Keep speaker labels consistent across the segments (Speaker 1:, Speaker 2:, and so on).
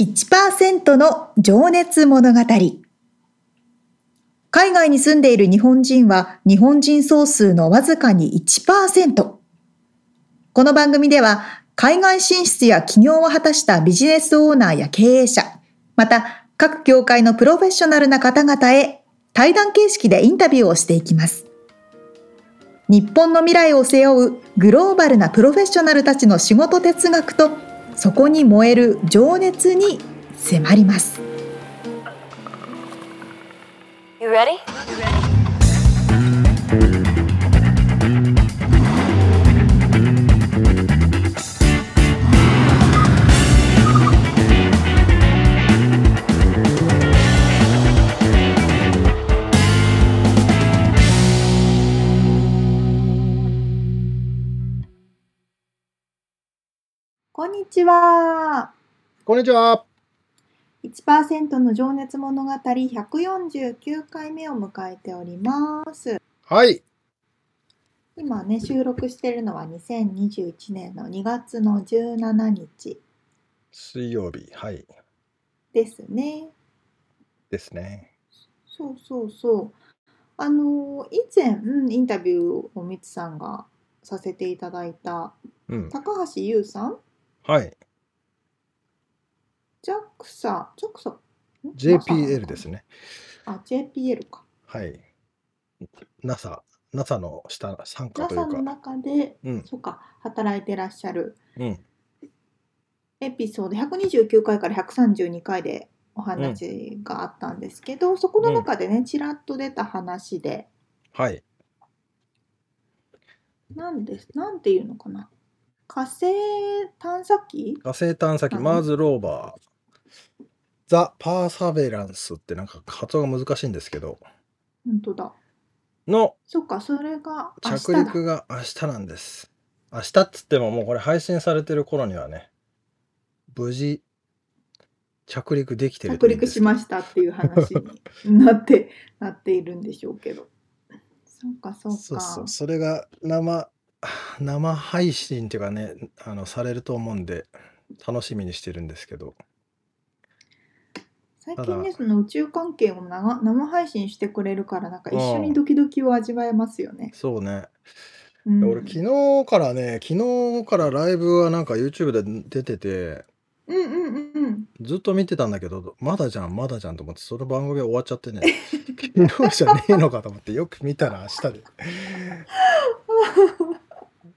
Speaker 1: 1%の情熱物語海外に住んでいる日本人は日本人総数のわずかに1%この番組では海外進出や起業を果たしたビジネスオーナーや経営者また各業界のプロフェッショナルな方々へ対談形式でインタビューをしていきます日本の未来を背負うグローバルなプロフェッショナルたちの仕事哲学とそこに燃える情熱に迫ります
Speaker 2: You ready?
Speaker 1: こんにちは
Speaker 3: こんにちは。
Speaker 1: 1%の情熱物語149回目を迎えております
Speaker 3: はい。
Speaker 1: 今ね収録してるのは2021年の2月の17日
Speaker 3: 水曜日。はい。
Speaker 1: ですね
Speaker 3: ですね。
Speaker 1: そうそうそうあの以前うんインタビューをみつさんがさせていただいた
Speaker 3: うん。
Speaker 1: 高橋優さん
Speaker 3: はい。
Speaker 1: ジャクサジャクサん
Speaker 3: JPL ですね。
Speaker 1: あ JPL か
Speaker 3: はい。NASA。NASA の下、参加とい
Speaker 1: NASA
Speaker 3: う
Speaker 1: の
Speaker 3: か。
Speaker 1: 中で
Speaker 3: うん。
Speaker 1: そうか働いてらっしゃる
Speaker 3: うん。
Speaker 1: エピソード129回から132回でお話があったんですけど、そこの中でねちらっと出た話で
Speaker 3: はい。
Speaker 1: なんですなんていうのかな火星探査機
Speaker 3: 火星探査機
Speaker 1: うん
Speaker 3: マーズローバー。ザ・パーサベランスってなんか発音が難しいんですけど、
Speaker 1: 本当だ
Speaker 3: の
Speaker 1: そっかそれが明日
Speaker 3: 着
Speaker 1: だ
Speaker 3: 陸が明日なんです。明日っつってももうこれ配信されてる頃にはね、無事着陸できてると
Speaker 1: 着
Speaker 3: いいん
Speaker 1: 陸
Speaker 3: ですけ
Speaker 1: し
Speaker 3: ど
Speaker 1: ましたっていう話になってなっているんでしょうけどそうかそうか
Speaker 3: そうそうそれが生 生配信っていうかねあのされると思うんで楽しみにしてるんですけど
Speaker 1: 最近
Speaker 3: た
Speaker 1: ね
Speaker 3: だ
Speaker 1: その宇宙関係を生生配信してくれるからなんか一緒
Speaker 3: う
Speaker 1: に
Speaker 3: ん
Speaker 1: ドキドキを味わえますよね。
Speaker 3: そうね、
Speaker 1: うん、
Speaker 3: 俺昨日からね昨日からライブはなんか YouTube で出てて
Speaker 1: うんうんうんうん
Speaker 3: ずっと見てたんだけどまだじゃんまだじゃんと思ってその番組終わっちゃ ってね昨日じゃねえのかと思ってよく見たら明日で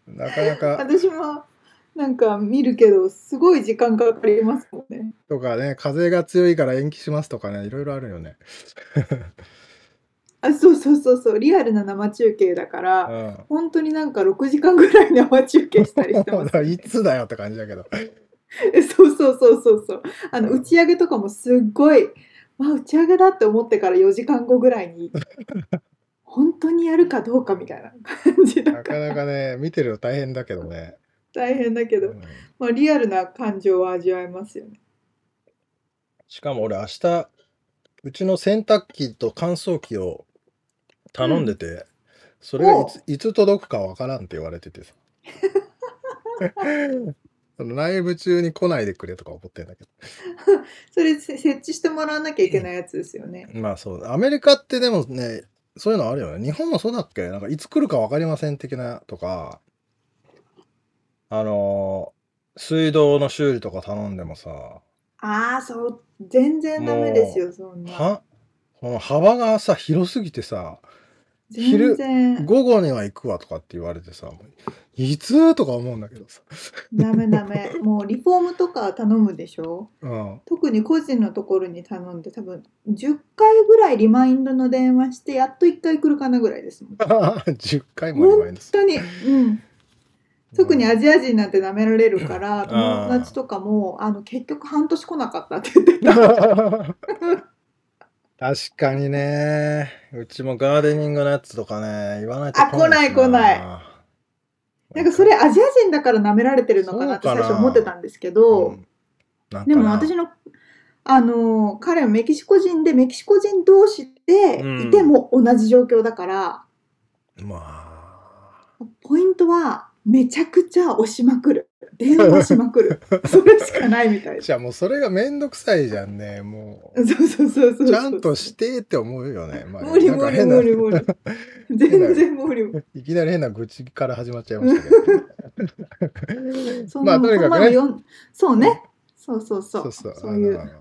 Speaker 3: なかなか
Speaker 1: 私もなんか見るけどすごい時間かかりますもんね。
Speaker 3: とかね風が強いから延期しますとかねいろいろあるよね、
Speaker 1: あそうそうそうそうリアルな生中継だから、
Speaker 3: うん、
Speaker 1: 本当になんか6時間ぐらい生中継したり してます、
Speaker 3: いつだよって感じだけど
Speaker 1: そうそうそうそうそうあの打ち上げとかもすっごいあ打ち上げだって思ってから4時間後ぐらい に本当にやるかどうかみたいな感じだ
Speaker 3: な
Speaker 1: か
Speaker 3: からなかね見てるの大変だけどね、
Speaker 1: 大変だけ
Speaker 3: う
Speaker 1: ど、
Speaker 3: ん
Speaker 1: まあ、リアルな感情は味わえますよね。
Speaker 3: しかも俺明日うちの洗濯機と乾燥機を頼んでて、それがいついつ届くかわからんって言われててさ そのライブ中に来ないでくれとか思ってんだけ
Speaker 1: それせ設置してもらわなきゃいけないやつですよね。
Speaker 3: どまあそうアメリカってでもねそういうのあるよね日本もそうだっけなんかいつ来るかわかりません的なとかあのー水道の修理とか頼んでもさ
Speaker 1: ああそう全然ダメですよそんな。
Speaker 3: はこの幅がさ広すぎてさ
Speaker 1: 全然
Speaker 3: 午後には行くわとかって言われてさいつとか思うんだけどさ、
Speaker 1: ダメダメもうリフォームとか頼むでしょ
Speaker 3: うん、
Speaker 1: 特に個人のところに頼んで多分10回ぐらいリマインドの電話してやっと1回来るかなぐらいですもん。
Speaker 3: 10回もリマイン
Speaker 1: 本
Speaker 3: ドする
Speaker 1: 当に、うん、特にアジア人なんて舐められるから友達とかもあの結局半年来なかったって言ってた。
Speaker 3: 確かにねうちもガーデニングのやつとかね言わないと
Speaker 1: あ来ない来なんかそれアジア人だから舐められてるのかなって
Speaker 3: そう
Speaker 1: 最
Speaker 3: かな
Speaker 1: 初思ってたんですけど。
Speaker 3: うんなんかな
Speaker 1: でも私の、あのー彼はメキシコ人でメキシコ人同士
Speaker 3: う
Speaker 1: で
Speaker 3: ん
Speaker 1: いても同じ状況だから、
Speaker 3: まあ
Speaker 1: ポイントはめちゃくちゃ押しまくる電話しまくる。それしかないみたいです。
Speaker 3: じゃあもうそれがめんどくさいじゃんね。も
Speaker 1: そうそうそうそう。
Speaker 3: う、ちゃんとしてって思うよね。まあ、
Speaker 1: 無理
Speaker 3: なん
Speaker 1: 無
Speaker 3: か
Speaker 1: 理
Speaker 3: 変な
Speaker 1: 無理無理。全然無理。
Speaker 3: いきなり変な愚痴から始まっちゃいましたけど。
Speaker 1: そ
Speaker 3: まあ
Speaker 1: んな
Speaker 3: とに
Speaker 1: ここ
Speaker 3: かくね
Speaker 1: まで読んそうね。そうそうそ
Speaker 3: そう
Speaker 1: う。
Speaker 3: そう。
Speaker 1: そういう
Speaker 3: あの。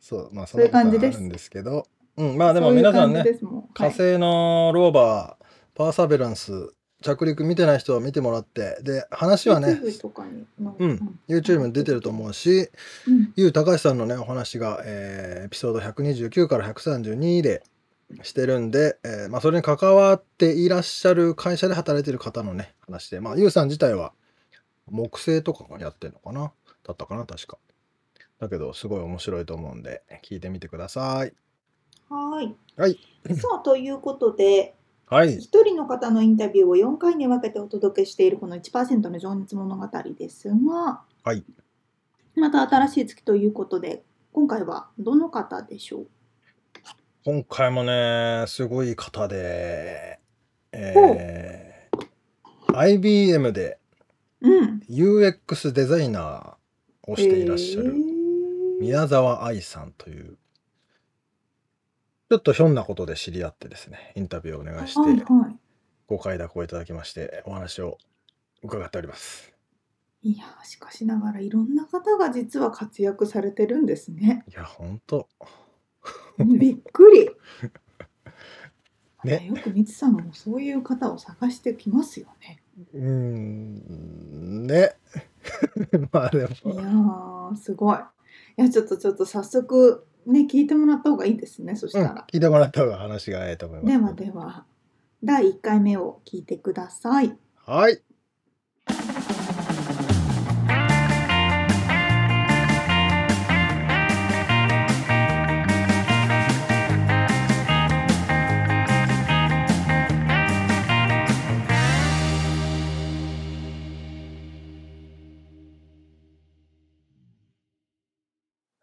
Speaker 3: そう、まあそ
Speaker 1: そういう
Speaker 3: 感
Speaker 1: 感
Speaker 3: じ
Speaker 1: じ
Speaker 3: で。
Speaker 1: ですす
Speaker 3: んですけど。うん、まあでも皆さんね
Speaker 1: そういう感じ、ですもん
Speaker 3: 火星のローバー、パーサベランス、着陸見てない人は見てもらって、で、話はね、
Speaker 1: YouTube とかになんか
Speaker 3: う
Speaker 1: うん
Speaker 3: ん、YouTube に出てると思うし、
Speaker 1: うん
Speaker 3: ゆうたかしさんのね、お話が、えーエピソード129から132でしてるんで、えーまあ、それに関わっていらっしゃる会社で働いてる方のね、話で、まあ、ゆうさん自体は木星とかやってるのかなだったかな確か。だけど、すごい面白いと思うんで、聞いてみてください。
Speaker 1: はーい。
Speaker 3: はい。
Speaker 1: さあ、ということで、
Speaker 3: はい。
Speaker 1: 一人の方のインタビューを4回に分けてお届けしているこの1%の情熱物語ですが、
Speaker 3: はい。
Speaker 1: また新しい月ということで、今回はどの方でしょう
Speaker 3: 今回もね、すごい方で、
Speaker 1: ほう
Speaker 3: えー IBM で
Speaker 1: うん。
Speaker 3: UX デザイナーをしていらっしゃる。
Speaker 1: えー
Speaker 3: 宮沢愛さんというちょっとひょんなことで知り合ってですねインタビューをお願いして、
Speaker 1: はいは
Speaker 3: ご快諾をいただきましてお話を伺っております
Speaker 1: い。いやー、しかしながらいろんな方が実は活躍されてるんですね。
Speaker 3: いやほんと
Speaker 1: びっく り。
Speaker 3: ね
Speaker 1: よくみつさんもそういう方を探してきますよね。
Speaker 3: うーんね まあで
Speaker 1: いや
Speaker 3: も
Speaker 1: ーすごい。いやちょっとちょっと早速ね聞いてもらった方がいいですね。そし
Speaker 3: うん、
Speaker 1: たら、
Speaker 3: 聞いてもらった方が話がええと思います
Speaker 1: ではでは第1回目を聞いてください。
Speaker 3: はい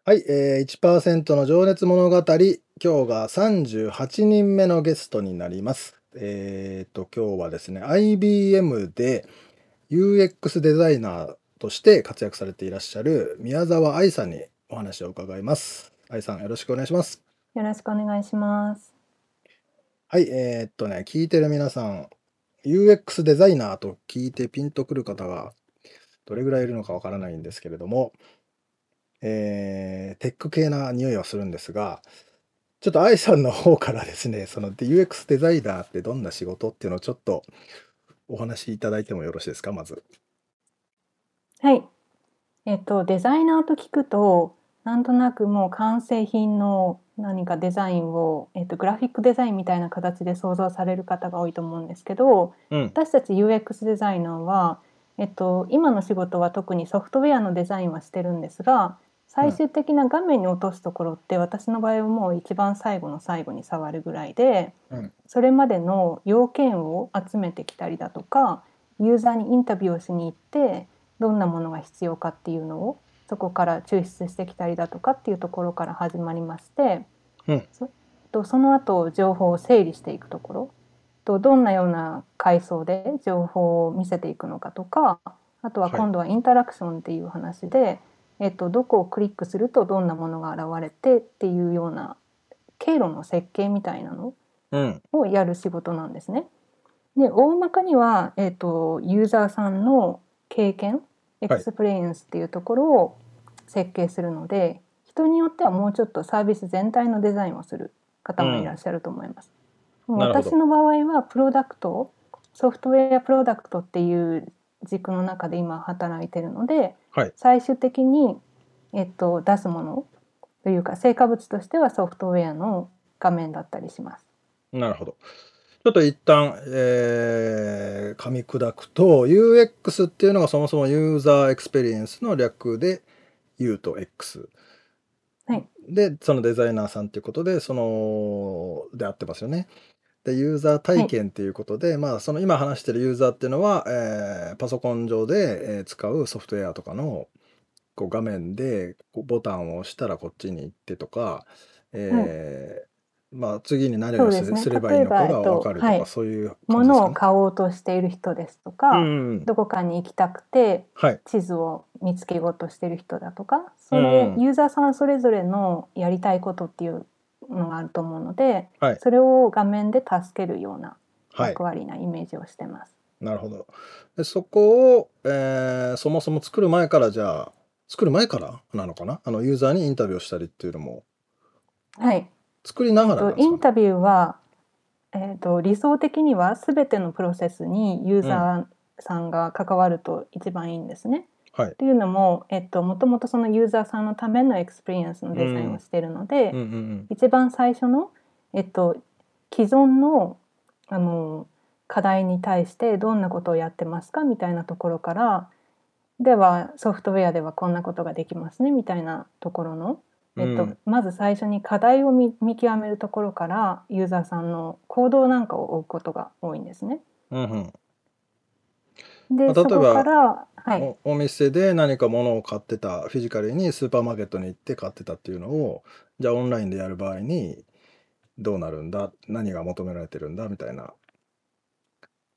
Speaker 3: はい、えー、1%の情熱物語今日が38人目のゲストになりますえっ、と今日はですね IBM で UX デザイナーとして活躍されていらっしゃる宮沢愛さんにお話を伺います愛さんよろしくお願いします
Speaker 4: よろしくお願いします。
Speaker 3: はいえー、っとね聞いてる皆さん UX デザイナーと聞いてピンとくる方がどれぐらいいるのかわからないんですけれどもえーテック系な匂いはするんですがちょっと愛さんの方からですねその UX デザイナーってどんな仕事っていうのをちょっとお話しいただいてもよろしいですかまず。
Speaker 4: はい。えっとデザイナーと聞くとなんとなくもう完成品の何かデザインを、えっと、グラフィックデザインみたいな形で想像される方が多いと思うんですけど
Speaker 3: うん
Speaker 4: 私たち UX デザイナーは、えっと、今の仕事は特にソフトウェアのデザインはしてるんですが最終的な画面に落とすところって私の場合はもう一番最後の最後に触るぐらいで、
Speaker 3: うん
Speaker 4: それまでの要件を集めてきたりだとかユーザーにインタビューをしに行ってどんなものが必要かっていうのをそこから抽出してきたりだとかっていうところから始まりまして、
Speaker 3: うん
Speaker 4: そとその後情報を整理していくところとどんなような階層で情報を見せていくのかとかあとは
Speaker 3: はい
Speaker 4: 今度はインタラクションっていう話で、えっと、どこをクリックするとどんなものが現れてっていうような経路の設計みたいなの
Speaker 3: うん
Speaker 4: をやる仕事なんですね。で大まかには、えー、とユーザーさんの経験エクスペリエンスっていうところを設計するので、人によってはもうちょっとサービス全体のデザインをする方もいらっしゃると思います。
Speaker 3: ん
Speaker 4: もう
Speaker 3: なるほど
Speaker 4: 私の場合はプロダクトソフトウェアプロダクトっていう軸の中で今働いてるので、
Speaker 3: はい
Speaker 4: 最終的に、えっと、出すものというか成果物としてはソフトウェアの画面だったりします。
Speaker 3: なるほど。ちょっと一旦、えー、噛み砕くと UX っていうのがそもそもユーザーエクスペリエンスの略で U と X。
Speaker 4: はい
Speaker 3: でそのデザイナーさんということでそので合ってますよね。でユーザー体験っていうことで、まあその今話してるユーザーっていうのは、えーパソコン上で、えー使うソフトウェアとかのこう画面でこうボタンを押したらこっちに行ってとか、えーまあ、次に何をす,、
Speaker 4: そうですね
Speaker 3: すればいいのか
Speaker 4: 例え
Speaker 3: が
Speaker 4: ばえっと
Speaker 3: 分かるとか、
Speaker 4: はい
Speaker 3: そういう
Speaker 4: も
Speaker 3: 感じですか
Speaker 4: のを買おうとしている人ですとか、
Speaker 3: ね。うんうん
Speaker 4: どこかに行きたくて
Speaker 3: はい。
Speaker 4: 地図を見つけようとしてる人だとかそれ、
Speaker 3: うん
Speaker 4: ユーザーさんそれぞれのやりたいことっていうのがあると思うので、
Speaker 3: はい
Speaker 4: それを画面で助けるような
Speaker 3: はい
Speaker 4: 役。割なイメージをしてます。
Speaker 3: なるほど。でそこを、えーそもそも作る前から、じゃあ、作る前からなのかなあの、ユーザーにインタビューをしたりっていうのも、
Speaker 4: はい、
Speaker 3: 作りながらなん
Speaker 4: と
Speaker 3: です
Speaker 4: イ
Speaker 3: かね
Speaker 4: ンタビューは、えー、と理想的には全てのプロセスにユーザーさんが関わると一番いいんですね。
Speaker 3: はい
Speaker 4: というのも、えっともともとそのユーザーさんのためのエクスペリエンスのデザインをしているので、
Speaker 3: うんうん
Speaker 4: 一番最初の、えっと、既存のあの課題に対してどんなことをやってますかみたいなところからではソフトウェアではこんなことができますねみたいなところの、
Speaker 3: う
Speaker 4: えっ
Speaker 3: ん。
Speaker 4: とまず最初に課題を見見極めるところからユーザーさんの行動なんかを追うことが多いんですね。
Speaker 3: うんうん
Speaker 4: で、
Speaker 3: まあ例えば
Speaker 4: そこから、はい、
Speaker 3: おお店で何か物を買ってたフィジカルにスーパーマーケットに行って買ってたっていうのをじゃあオンラインでやる場合にどうなるんだ何が求められてるんだみたいな
Speaker 4: は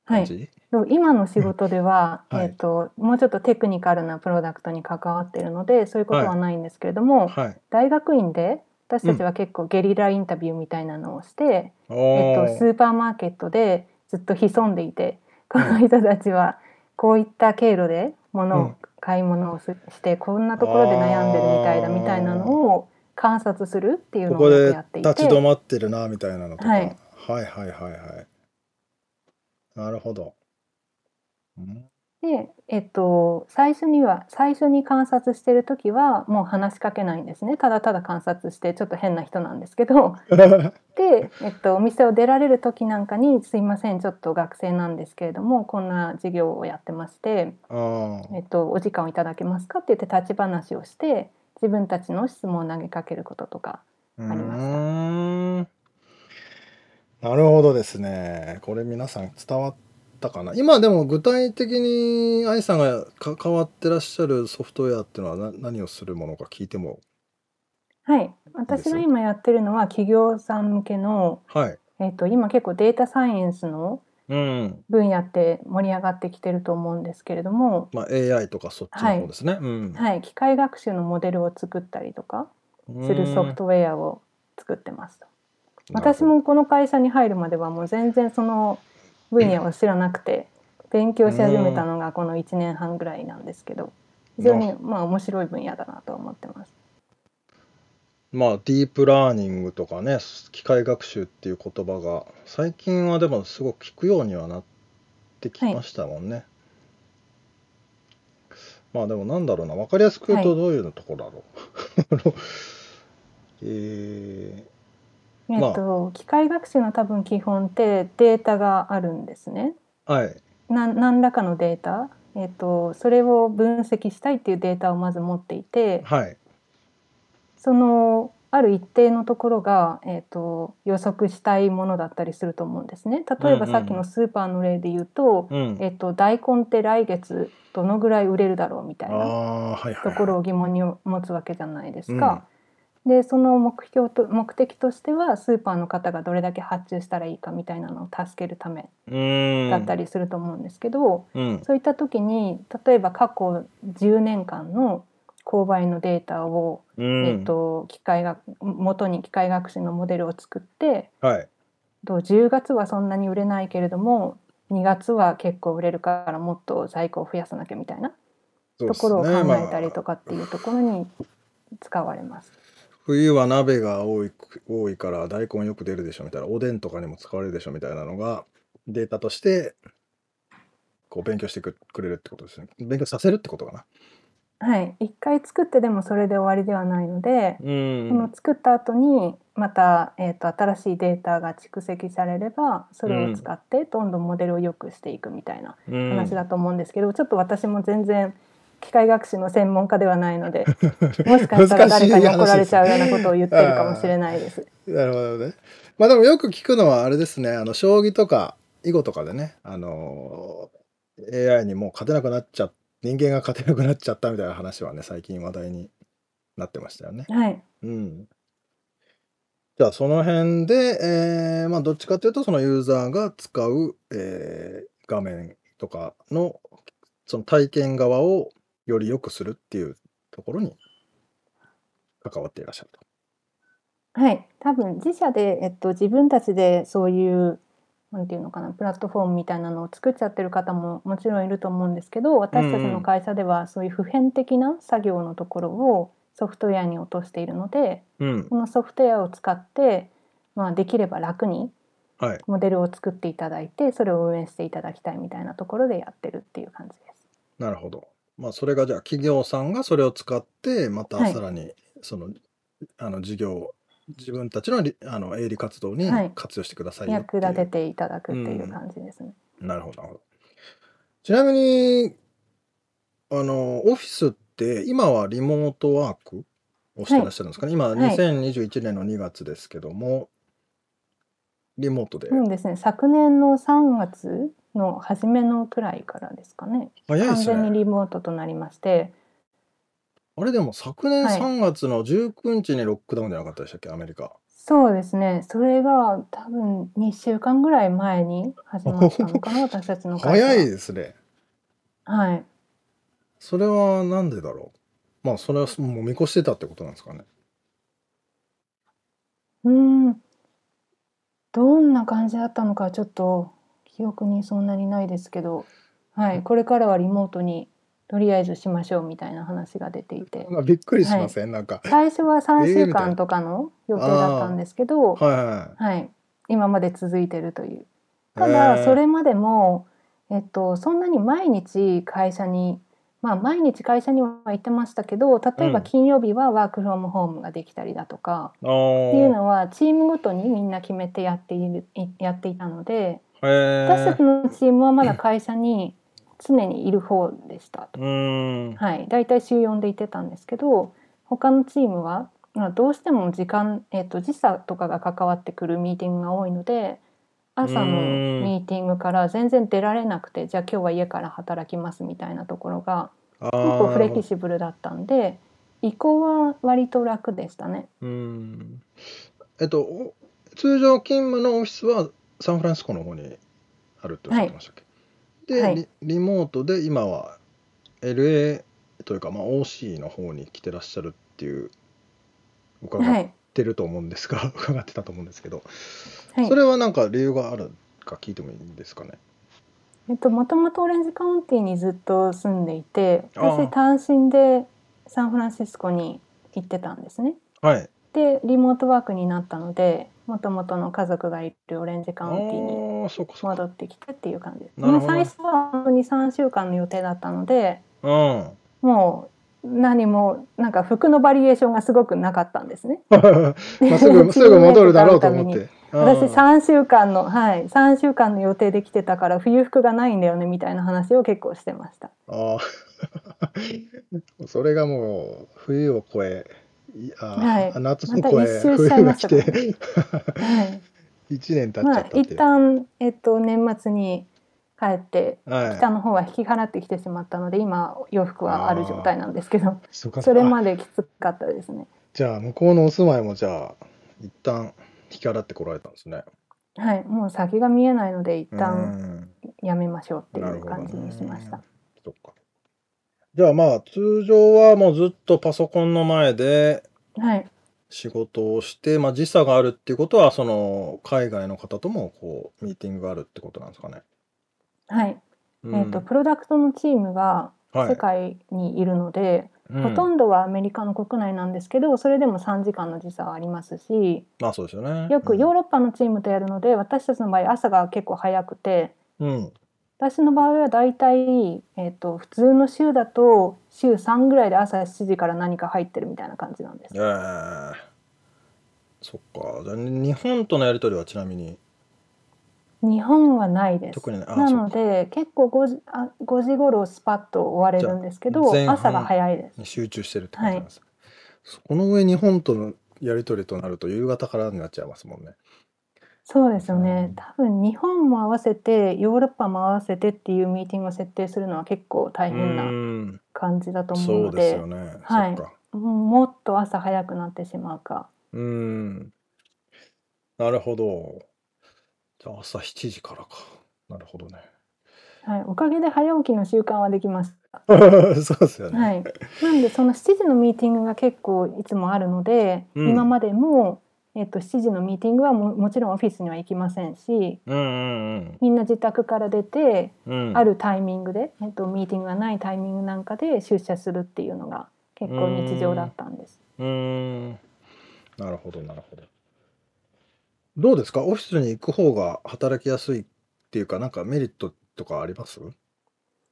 Speaker 3: 感
Speaker 4: い
Speaker 3: じ、、
Speaker 4: でも今の仕事では、
Speaker 3: はい
Speaker 4: えっともうちょっとテクニカルなプロダクトに関わっているのでそういうことはないんですけれども、
Speaker 3: はい。
Speaker 4: 大学院で私たちは結構ゲリラインタビューみたいなのをして、
Speaker 3: お
Speaker 4: えっと、ス
Speaker 3: ー
Speaker 4: ーパーマーケットでずっと潜んでいてこの人たちはこういった経路で物を、
Speaker 3: うん
Speaker 4: 買い物をししてこんなところで悩んでるみたいだ
Speaker 3: あー
Speaker 4: みたいなのを観察するってい
Speaker 3: こ
Speaker 4: うのを
Speaker 3: こ
Speaker 4: よく
Speaker 3: で
Speaker 4: やっていて
Speaker 3: 立ち止まってるなみたいなのとか、は
Speaker 4: はいい、
Speaker 3: はいはいはいなるほど。 うん
Speaker 4: で、えっと、最初には最初に観察してる時はもう話しかけないんですねただただ観察してちょっと変な人なんですけ ど。で、えっと、お店を出られる時なんかに「すいませんちょっと学生なんですけれどもこんな授業をやってまして、
Speaker 3: あー
Speaker 4: えっと、お時間をいただけますか?」って言って立ち話をして自分たちの質問を投げかけることとか
Speaker 3: う
Speaker 4: ました
Speaker 3: ーんなるほどですね。これ皆さん伝わったかな。今でも具体的に愛さんが関わってらっしゃるソフトウェアっていうのはな何をするものか聞いても。
Speaker 4: はい私が今やってるのは企業さん向けの、
Speaker 3: はい。
Speaker 4: えっと、今結構データサイエンスの
Speaker 3: うん。
Speaker 4: 分野って盛り上がってきてると思うんですけれども、
Speaker 3: まあ AI とかそっちの方ですね。うん。
Speaker 4: はい、機械学習のモデルを作ったりとか
Speaker 3: うん
Speaker 4: するソフトウェアを作ってます。
Speaker 3: なるほ
Speaker 4: 私
Speaker 3: ど
Speaker 4: もこの会社に入るまではもう全然その分野を知らなくて勉強し始めたのがこの1年半ぐらいなんですけど非常にまあ面白い分野だなと思ってます。
Speaker 3: まあディープラーニングとかね機械学習っていう言葉が最近はでもすごく聞くようにはなってきましたもんね。まあでもなんだろうな分かりやすく言う
Speaker 4: は
Speaker 3: と
Speaker 4: い
Speaker 3: どういうところだろう。あの え
Speaker 4: えっと、機械学習の多分基本ってデータがあるんですね。
Speaker 3: ー、はい。
Speaker 4: な何らかのデータ、えっと、それを分析したいっていうデータをまず持っていて
Speaker 3: はい。
Speaker 4: そのある一定のところが、えー、と予測したいものだったりすると思うんですね。例え
Speaker 3: うんう
Speaker 4: ば
Speaker 3: ん
Speaker 4: さっきのスーパーの例で言うと,、
Speaker 3: うん。
Speaker 4: えー、と大根って来月どのぐらい売れるだろうみたい
Speaker 3: あ
Speaker 4: な
Speaker 3: あはいはい。
Speaker 4: ところを疑問に持つわけじゃないですか。でその目標と目的としてはスーパーの方がどれだけ発注したらいいかみたいなのを助けるため
Speaker 3: うん。
Speaker 4: だった
Speaker 3: り。
Speaker 4: りすると思うんですけど、
Speaker 3: うん。
Speaker 4: そういった時に例えば過去10年間の購買のデータを
Speaker 3: うん。
Speaker 4: えっと機械が元に機械学習のモデルを作って
Speaker 3: はい。
Speaker 4: と10月はそんなに売れないけれども2月は結構売れるからもっと在庫を増やさなきゃみたいな
Speaker 3: そうで
Speaker 4: と
Speaker 3: す
Speaker 4: こ
Speaker 3: ね
Speaker 4: ろを考えた
Speaker 3: まあ
Speaker 4: りとかっていうところに使われます。
Speaker 3: 冬は鍋が多い多いから大根よく出るでしょみたいなおでんとかにも使われるでしょみたいなのがデータとしてこう勉強してくくれるってことですね勉強させるってことかな
Speaker 4: はい、一回作ってでもそれで終わりではないので、
Speaker 3: う
Speaker 4: この
Speaker 3: ん
Speaker 4: 作った後にまた、えっと新しいデータが蓄積されればそれを使ってどんどんモデルを良くしていくみたいな話だと思うんですけど、ちょっと私も全然機械学習の専門家ではない のでもしかしたら誰かに怒られちゃうようなことを言ってるかもしれないです。
Speaker 3: なるほどねまあでもよく聞くのはあれですねあの将棋とか囲碁とかでねあのー AI にもう勝てなくなっちゃ人間が勝てなくなっちゃったみたいな話はね最近話題になってましたよね
Speaker 4: はい、
Speaker 3: うんじゃあその辺で、えーまあ、どっちかというとそのユーザーが使う、えー画面とかのその体験側をより良くするっていうところに関わっていらっしゃると。
Speaker 4: はい、多分自社で、えっと、自分たちでそういうなんていうのかなプラットフォームみたいなのを作っちゃってる方ももちろんいると思うんですけど私たちの会社ではそういう普遍的な作業のところをソフトウェアに落としているので
Speaker 3: うん
Speaker 4: このソフトウェアを使って、まあ、できれば楽に
Speaker 3: はい、
Speaker 4: モデルを作っていただいてそれを運営していただきたいみたいなところでやってるっていう感じです。
Speaker 3: なるほど。まあ、それがじゃあ企業さんがそれを使ってまた
Speaker 4: はい
Speaker 3: さらにその,、あの事業自分たちのりあの営利活動に
Speaker 4: はい
Speaker 3: 活用してくださいよって
Speaker 4: 役
Speaker 3: いう
Speaker 4: 立てていただくっていううん感じですね。
Speaker 3: なるほどなるほど。ちなみにあのオフィスって今はリモートワークをしてらっしゃるんですかね、
Speaker 4: い
Speaker 3: 今2021年の2月ですけどもリモートで、
Speaker 4: そうですね昨年の3月の初めのくらいからですかね
Speaker 3: 早いで
Speaker 4: 完
Speaker 3: す
Speaker 4: 全に
Speaker 3: ね
Speaker 4: リモートとなりまして
Speaker 3: あれでも昨年
Speaker 4: はい
Speaker 3: 3月の19日にロックダウンじゃなかったでしたっけアメリカ
Speaker 4: そうですねそれが多分2週間ぐらい前に始まった のかな私たちの会社は
Speaker 3: 早いですね
Speaker 4: はい
Speaker 3: それはなんでだろうまあそれはもう見越してたってことなんですかね
Speaker 4: うんどんな感じだったのかちょっと記憶にそんなにないですけど、はい、これからはリモートにとりあえずしましょうみたいな話が出ていて
Speaker 3: なんかびっくりしません、なんか
Speaker 4: 最初は
Speaker 3: えー
Speaker 4: 3週
Speaker 3: みたいな
Speaker 4: 間とかの予定だったんですけど、
Speaker 3: はいは
Speaker 4: はい、今まで続いてるという。
Speaker 3: い
Speaker 4: た
Speaker 3: えー
Speaker 4: だそれまでも、えっと、そんなに毎日会社にまあ毎日会社には行ってましたけど例え
Speaker 3: う
Speaker 4: ば
Speaker 3: ん
Speaker 4: 金曜日はワークフロームホームができたりだとか、
Speaker 3: あー
Speaker 4: っていうのはチームごとにみんな決めてやっているいやっていたので、
Speaker 3: えー
Speaker 4: 私たちのチームはまだ会社に常にいる方でしたと
Speaker 3: うーん
Speaker 4: はい、大体週4で行ってたんですけど他のチームは、まあ、どうしても時間、えっと時差とかが関わってくるミーティングが多いので朝の
Speaker 3: うん
Speaker 4: ミーティングから全然出られなくてじゃあ今日は家から働きますみたいなところが
Speaker 3: あ
Speaker 4: 結構
Speaker 3: ー
Speaker 4: フレキシブルだったんで移行は割と楽でしたね。
Speaker 3: うーんえっと、お通常勤務のオフィスはサンフランシスコの方にあるっておっしゃってましたっけ、
Speaker 4: は
Speaker 3: で
Speaker 4: い
Speaker 3: リ、リモートで今は LA というか、まあ、OC の方に来てらっしゃるっていう伺
Speaker 4: は
Speaker 3: っ
Speaker 4: い、
Speaker 3: てると思うんですが、伺ってたと思うんですけど、
Speaker 4: はい
Speaker 3: それはなんか理由があるか聞いてもいいんですかね。
Speaker 4: えっともともとオレンジカウンティーにずっと住んでいて
Speaker 3: ああ
Speaker 4: 私単身でサンフランシスコに行ってたんですね。
Speaker 3: はい。
Speaker 4: でリモートワークになったのでもともとの家族がいるオレンジカウンティーに
Speaker 3: ああ、そうかそうか。
Speaker 4: 戻ってきたっていう感じです。
Speaker 3: なるほ
Speaker 4: も
Speaker 3: ど
Speaker 4: う最初は本当に3週間の予定だったので
Speaker 3: うん。
Speaker 4: もう何もなんか服のバリエーションがすごくなかったんですね。
Speaker 3: まあ、す ぐ、すぐ戻るだろうと思って。
Speaker 4: 私
Speaker 3: うん
Speaker 4: 3週間のはい3週間の予定できてたから冬服がないんだよねみたいな話を結構してました。
Speaker 3: ああ、 それがもう冬を越え、いあー
Speaker 4: はい
Speaker 3: 夏を
Speaker 4: また
Speaker 3: 越え、
Speaker 4: 一周しちゃい
Speaker 3: 冬が
Speaker 4: ま
Speaker 3: 来
Speaker 4: した
Speaker 3: て、
Speaker 4: はい、
Speaker 3: 1年経っち
Speaker 4: ま
Speaker 3: ゃ
Speaker 4: あ
Speaker 3: ったってい
Speaker 4: 一
Speaker 3: う。
Speaker 4: 旦えっと年末に帰って
Speaker 3: はい
Speaker 4: 北の方は引き払ってきてしまったので今洋服はある状態なんですけど
Speaker 3: そうか
Speaker 4: それ
Speaker 3: あ
Speaker 4: まできつかったですね
Speaker 3: じゃあ、向こうのお住まいも、じゃあ、一旦引き払ってこられたんですね。
Speaker 4: はいもう先が見えないので一旦
Speaker 3: ん、
Speaker 4: やめましょうってい
Speaker 3: なる
Speaker 4: う
Speaker 3: ほど
Speaker 4: 感
Speaker 3: ね
Speaker 4: じにしました。
Speaker 3: そっか。じゃあ、まあ、通常はもうずっとパソコンの前で
Speaker 4: はい
Speaker 3: 仕事をして、まあ、時差があるっていうことは、その、海外の方とも、こう、ミーティングがあるってことなんですかね。
Speaker 4: はい、
Speaker 3: うん
Speaker 4: えっとプロダクトのチームが
Speaker 3: はい
Speaker 4: 世界にいるので、
Speaker 3: うん
Speaker 4: ほとんどはアメリカの国内なんですけどそれでも3時間の時差はありますし
Speaker 3: まあそうですよね。
Speaker 4: よく
Speaker 3: うん
Speaker 4: ヨーロッパのチームとやるので私たちの場合朝が結構早くて
Speaker 3: うん。
Speaker 4: 私の場合はだいたいえっと普通の週だと週3ぐらいで朝7時から何か入ってるみたいな感じなんです
Speaker 3: ええ。そっか。じゃあ日本とのやりとりはちなみに。
Speaker 4: 日本はないです
Speaker 3: 特にないあ
Speaker 4: なので結構5時あ5時頃スパッと終われるんですけど
Speaker 3: じゃあ前半
Speaker 4: 朝が早いです
Speaker 3: に集中してるって感じなんです。この上日本とのやりとりとなると夕方からになっちゃいますもんね。
Speaker 4: そうですよ
Speaker 3: う
Speaker 4: ね
Speaker 3: ん
Speaker 4: 多分日本も合わせてヨーロッパも合わせてっていうミーティングを設定するのは結構大変
Speaker 3: う
Speaker 4: なん感じだと思う
Speaker 3: そ
Speaker 4: の
Speaker 3: うです
Speaker 4: で
Speaker 3: よね。
Speaker 4: はい
Speaker 3: そっか。
Speaker 4: もっと朝早くなってしまうか
Speaker 3: うん。なるほど。じゃあ朝7時からか。なるほど
Speaker 4: はい、おかげで早起きの習慣はできました。
Speaker 3: ね。そうですよね。
Speaker 4: はい、なんでその7時のミーティングが結構いつもあるので、
Speaker 3: うん
Speaker 4: 今までも、えっと7時のミーティングはももちろんオフィスには行きませんし
Speaker 3: うんうん
Speaker 4: みんな自宅から出て、
Speaker 3: うん。うん、
Speaker 4: あるタイミングで、えっと、ミーティングがないタイミングなんかで出社するっていうのが結構日常だったんです。
Speaker 3: うーん。なるほど、なるほど。どうですかオフィスに行く方が働きやすいっていうか、なんかメリットとかあります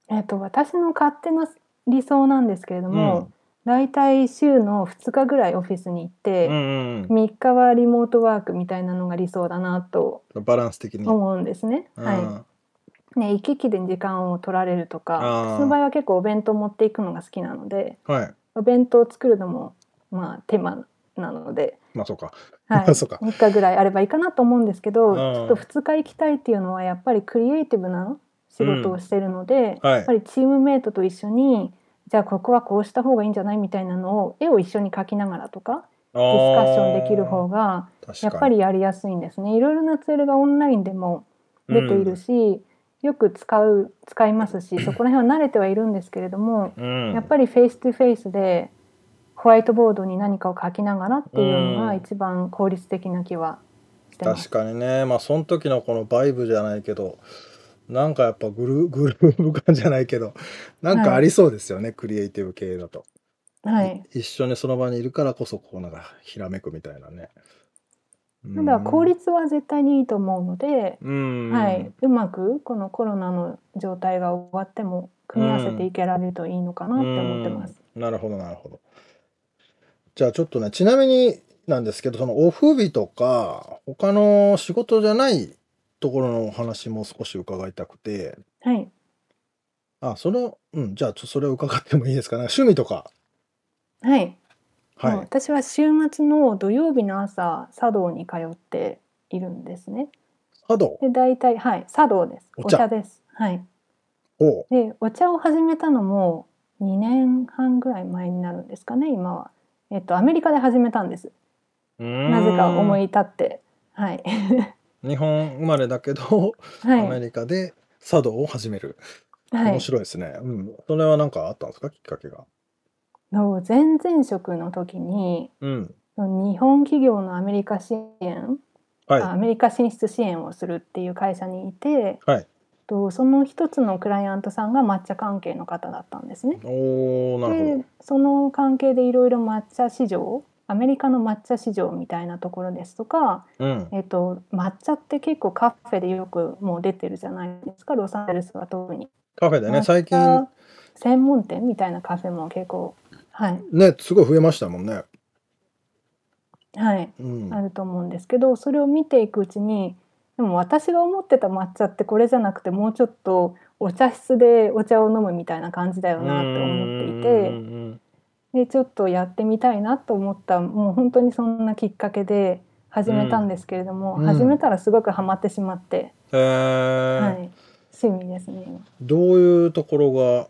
Speaker 4: えっと、私の勝手な理想なんですけれども、大体週の2日ぐらいオフィスに行っ
Speaker 3: う
Speaker 4: て、
Speaker 3: んうんう
Speaker 4: 3日はリモートワークみたいなのが理想だなと
Speaker 3: ん。バランス的に。
Speaker 4: 思うんですね。
Speaker 3: う
Speaker 4: はい
Speaker 3: ん
Speaker 4: ね、行き来で時間を取られると
Speaker 3: あー
Speaker 4: かその場合は結構お弁当持っていくのが好きなので
Speaker 3: はい。
Speaker 4: お弁当を作るのもまあ手間なので、
Speaker 3: まあそうか。
Speaker 4: は い、
Speaker 3: そうか
Speaker 4: 3日ぐらいあればいいかなと思うんですけ
Speaker 3: う
Speaker 4: ど
Speaker 3: ん
Speaker 4: ちょっと2日行きたいっていうのはやっぱりクリエイティブな仕事をしてるので、
Speaker 3: はい
Speaker 4: やっぱりチームメイトと一緒にじゃあここはこうした方がいいんじゃないみたいなのを絵を一緒に描きながらとか
Speaker 3: デ
Speaker 4: ディスカッションできる方
Speaker 3: が
Speaker 4: がやっぱりやりやすいんですね。いろいろなツールがオンラインでも出ているし、よく使う使いますし、そこら辺は慣れてはいるんですけれども、やっぱりフェイストゥフェイスでホワイトボードに何かを書きながらっていうの
Speaker 3: う
Speaker 4: が
Speaker 3: ん
Speaker 4: 一番効率的な気はしてま
Speaker 3: 確
Speaker 4: す。
Speaker 3: かにねまあその時のこのバイブじゃないけどなんかやっぱグルグルーブ感じゃないけどなんかありそうですよね、クリエイティブ系だと、
Speaker 4: はい。
Speaker 3: い一緒にその場にいるからこそこうなんかひらめくみたいなね
Speaker 4: ただ効率は絶対にいいと思うので、
Speaker 3: うん、
Speaker 4: はいうまくこのコロナの状態が終わっても組み合わせていけられるといいのかなって思ってます。
Speaker 3: うんなるほどなるほどじゃあちょっとねちなみになんですけどそのオフ日とか他の仕事じゃないところのお話も少し伺いたくて
Speaker 4: はい。
Speaker 3: あそのうんじゃあちょそれを伺ってもいいですかね趣味とか
Speaker 4: はい。
Speaker 3: はい、
Speaker 4: もう私は週末の土曜日の朝茶道に通っているんですね。
Speaker 3: 茶道
Speaker 4: で大体はい茶道です。
Speaker 3: お
Speaker 4: お
Speaker 3: 茶
Speaker 4: 茶です。はい。
Speaker 3: を
Speaker 4: でお茶を始めたのも2年半ぐらい前になるんですかね今は。えっとアメリカで始めたんです。な
Speaker 3: な
Speaker 4: ぜか思い立ってはい、
Speaker 3: 日本生まれだけど、
Speaker 4: は
Speaker 3: アメ
Speaker 4: い、
Speaker 3: リカで茶道を始める、
Speaker 4: は
Speaker 3: 面
Speaker 4: い。
Speaker 3: 白いですね、うん、それは何かあったんですかきっかけが
Speaker 4: の前々職の時に
Speaker 3: うん
Speaker 4: 日本企業のアメリカ支援
Speaker 3: はい
Speaker 4: アメリカ進出支援をするっていう会社にいて、
Speaker 3: はい
Speaker 4: とその一つのクライアントさんが抹茶関係の方だったんですね。
Speaker 3: おおなる
Speaker 4: でその関係でいろいろ抹茶市場アメリカの抹茶市場みたいなところですとか、
Speaker 3: ほどうん
Speaker 4: えっと抹茶って結構カフェでよくもう出てるじゃないですかロサンゼルスは特に。
Speaker 3: カフェでね最
Speaker 4: 抹
Speaker 3: 近
Speaker 4: 茶専門店みたいなカフェも結構はい、
Speaker 3: ねすごい増えましたもんね
Speaker 4: はい、
Speaker 3: うん
Speaker 4: あると思うんですけどそれを見ていくうちにでも私が思ってた抹茶ってこれじゃなくてもうちょっとお茶室でお茶を飲むみたいな感じだよなって思っていてでちょっとやってみたいなと思ったもう本当にそんなきっかけで始めたんですけれども、
Speaker 3: うん
Speaker 4: 始めたらすごくハマってしまって、
Speaker 3: えー
Speaker 4: はい、趣味ですね。
Speaker 3: どういうところが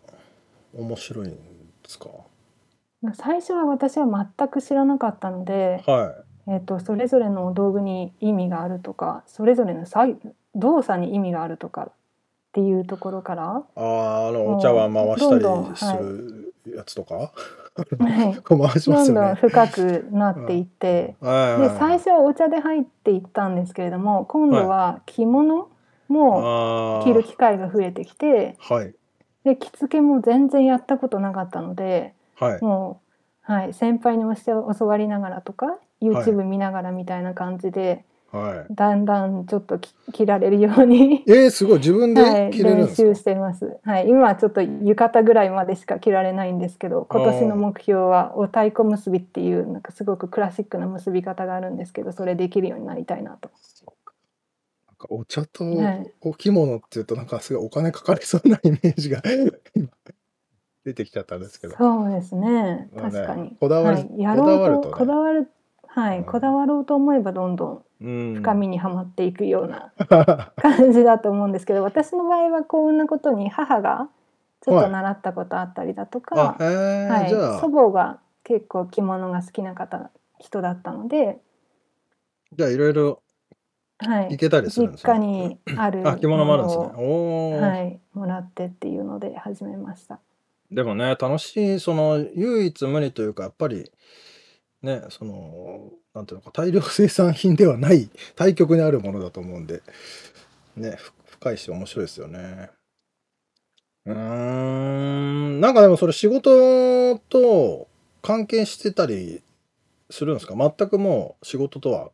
Speaker 3: 面白いんですか
Speaker 4: 最初は私は全く知らなかったので、
Speaker 3: は
Speaker 4: えっとそれぞれの道具に意味があるとかそれぞれの作動作に意味があるとかっていうところから、は
Speaker 3: あーあのお茶碗回した
Speaker 4: どんどん
Speaker 3: りするやつとか、
Speaker 4: い、
Speaker 3: こう回しま
Speaker 4: ど
Speaker 3: す
Speaker 4: ん
Speaker 3: よ
Speaker 4: どん
Speaker 3: ね
Speaker 4: 深くなっていって、
Speaker 3: はいはい
Speaker 4: で
Speaker 3: はい
Speaker 4: 最初はお茶で入っていったんですけれども今度は着物も
Speaker 3: あー
Speaker 4: 着る機会が増えてきて
Speaker 3: はい
Speaker 4: で着付けも全然やったことなかったので
Speaker 3: はい
Speaker 4: もう、はい、先輩に教わりながらとか YouTube 見ながらみたいな感じで、
Speaker 3: はい
Speaker 4: だんだんちょっと着着られるように
Speaker 3: えー、すごい自分
Speaker 4: は
Speaker 3: で
Speaker 4: い、
Speaker 3: 着れるん
Speaker 4: 練
Speaker 3: ですか、
Speaker 4: 習してます。はい、今はちょっと浴衣ぐらいまでしか着られないんですけど、今年の目標はお太鼓結びっていうなんかすごくクラシックな結び方があるんですけど、それできるようになりたいなと。
Speaker 3: なんかお茶と
Speaker 4: はい
Speaker 3: お着物っていうとなんかすごいお金かかりそうなイメージが 今出てきちゃったんですけど。
Speaker 4: そうですね、
Speaker 3: まあね
Speaker 4: 確かに。
Speaker 3: こだわり
Speaker 4: はい、やろうと
Speaker 3: こ
Speaker 4: こ
Speaker 3: だ
Speaker 4: だわる、は
Speaker 3: うん
Speaker 4: い、こだわろうと思えばどんどん
Speaker 3: うん
Speaker 4: 深 みにはまっていくような
Speaker 3: は
Speaker 4: 感じだと思うんですけど、私の場合は幸運なことに母がちょっ
Speaker 3: は
Speaker 4: と
Speaker 3: い
Speaker 4: 習ったことあったりだとか。
Speaker 3: あ、えー
Speaker 4: はい、
Speaker 3: じゃあ
Speaker 4: 祖母が結構着物が好きな方人だったので、
Speaker 3: じゃあいろいろ
Speaker 4: は
Speaker 3: 行
Speaker 4: い、
Speaker 3: けたりするんです
Speaker 4: 実
Speaker 3: か
Speaker 4: 家にある
Speaker 3: あ、着物もあるんですね。お
Speaker 4: もの
Speaker 3: お、
Speaker 4: をはい、もらってっていうので始めました。
Speaker 3: でもね、楽しい、その、唯一無二というか、やっぱり、ね、その、なんていうのか、大量生産品ではない、対極にあるものだと思うんで、ね、ふ深いし面白いですよね。うーん、なんかでもそれ仕事と関係してたりするんですか全くもう仕事とは。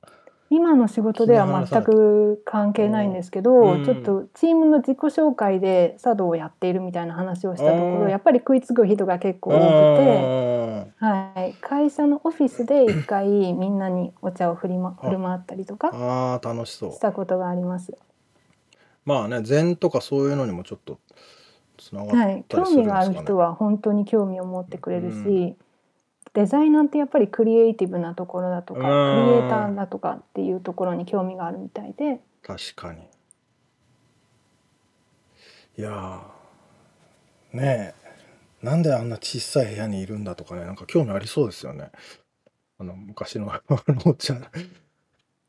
Speaker 4: 今の仕事では全く関係ないんですけど、
Speaker 3: うん
Speaker 4: ちょっとチームの自己紹介で茶道をやっているみたいな話をしたとこ
Speaker 3: あー
Speaker 4: ろやっぱり食いつく人が結構多くて、はい、会社のオフィスで一回みんなにお茶を振り、ま、振る舞ったりとか
Speaker 3: ああー、楽しそう
Speaker 4: し。たことがあります。
Speaker 3: まあね、禅とかそういうのにもちょっとつながった
Speaker 4: は
Speaker 3: りするん
Speaker 4: い、
Speaker 3: ですかね。
Speaker 4: 興味がある人は本当に興味を持ってくれるし、
Speaker 3: うん
Speaker 4: デザイナーってやっぱりクリエイティブなところだとか、
Speaker 3: うん
Speaker 4: クリエイターだとかっていうところに興味があるみたいで、
Speaker 3: 確かにいやーねえなんであんな小さい部屋にいるんだとかねなんか興味ありそうですよねあの昔の あのお茶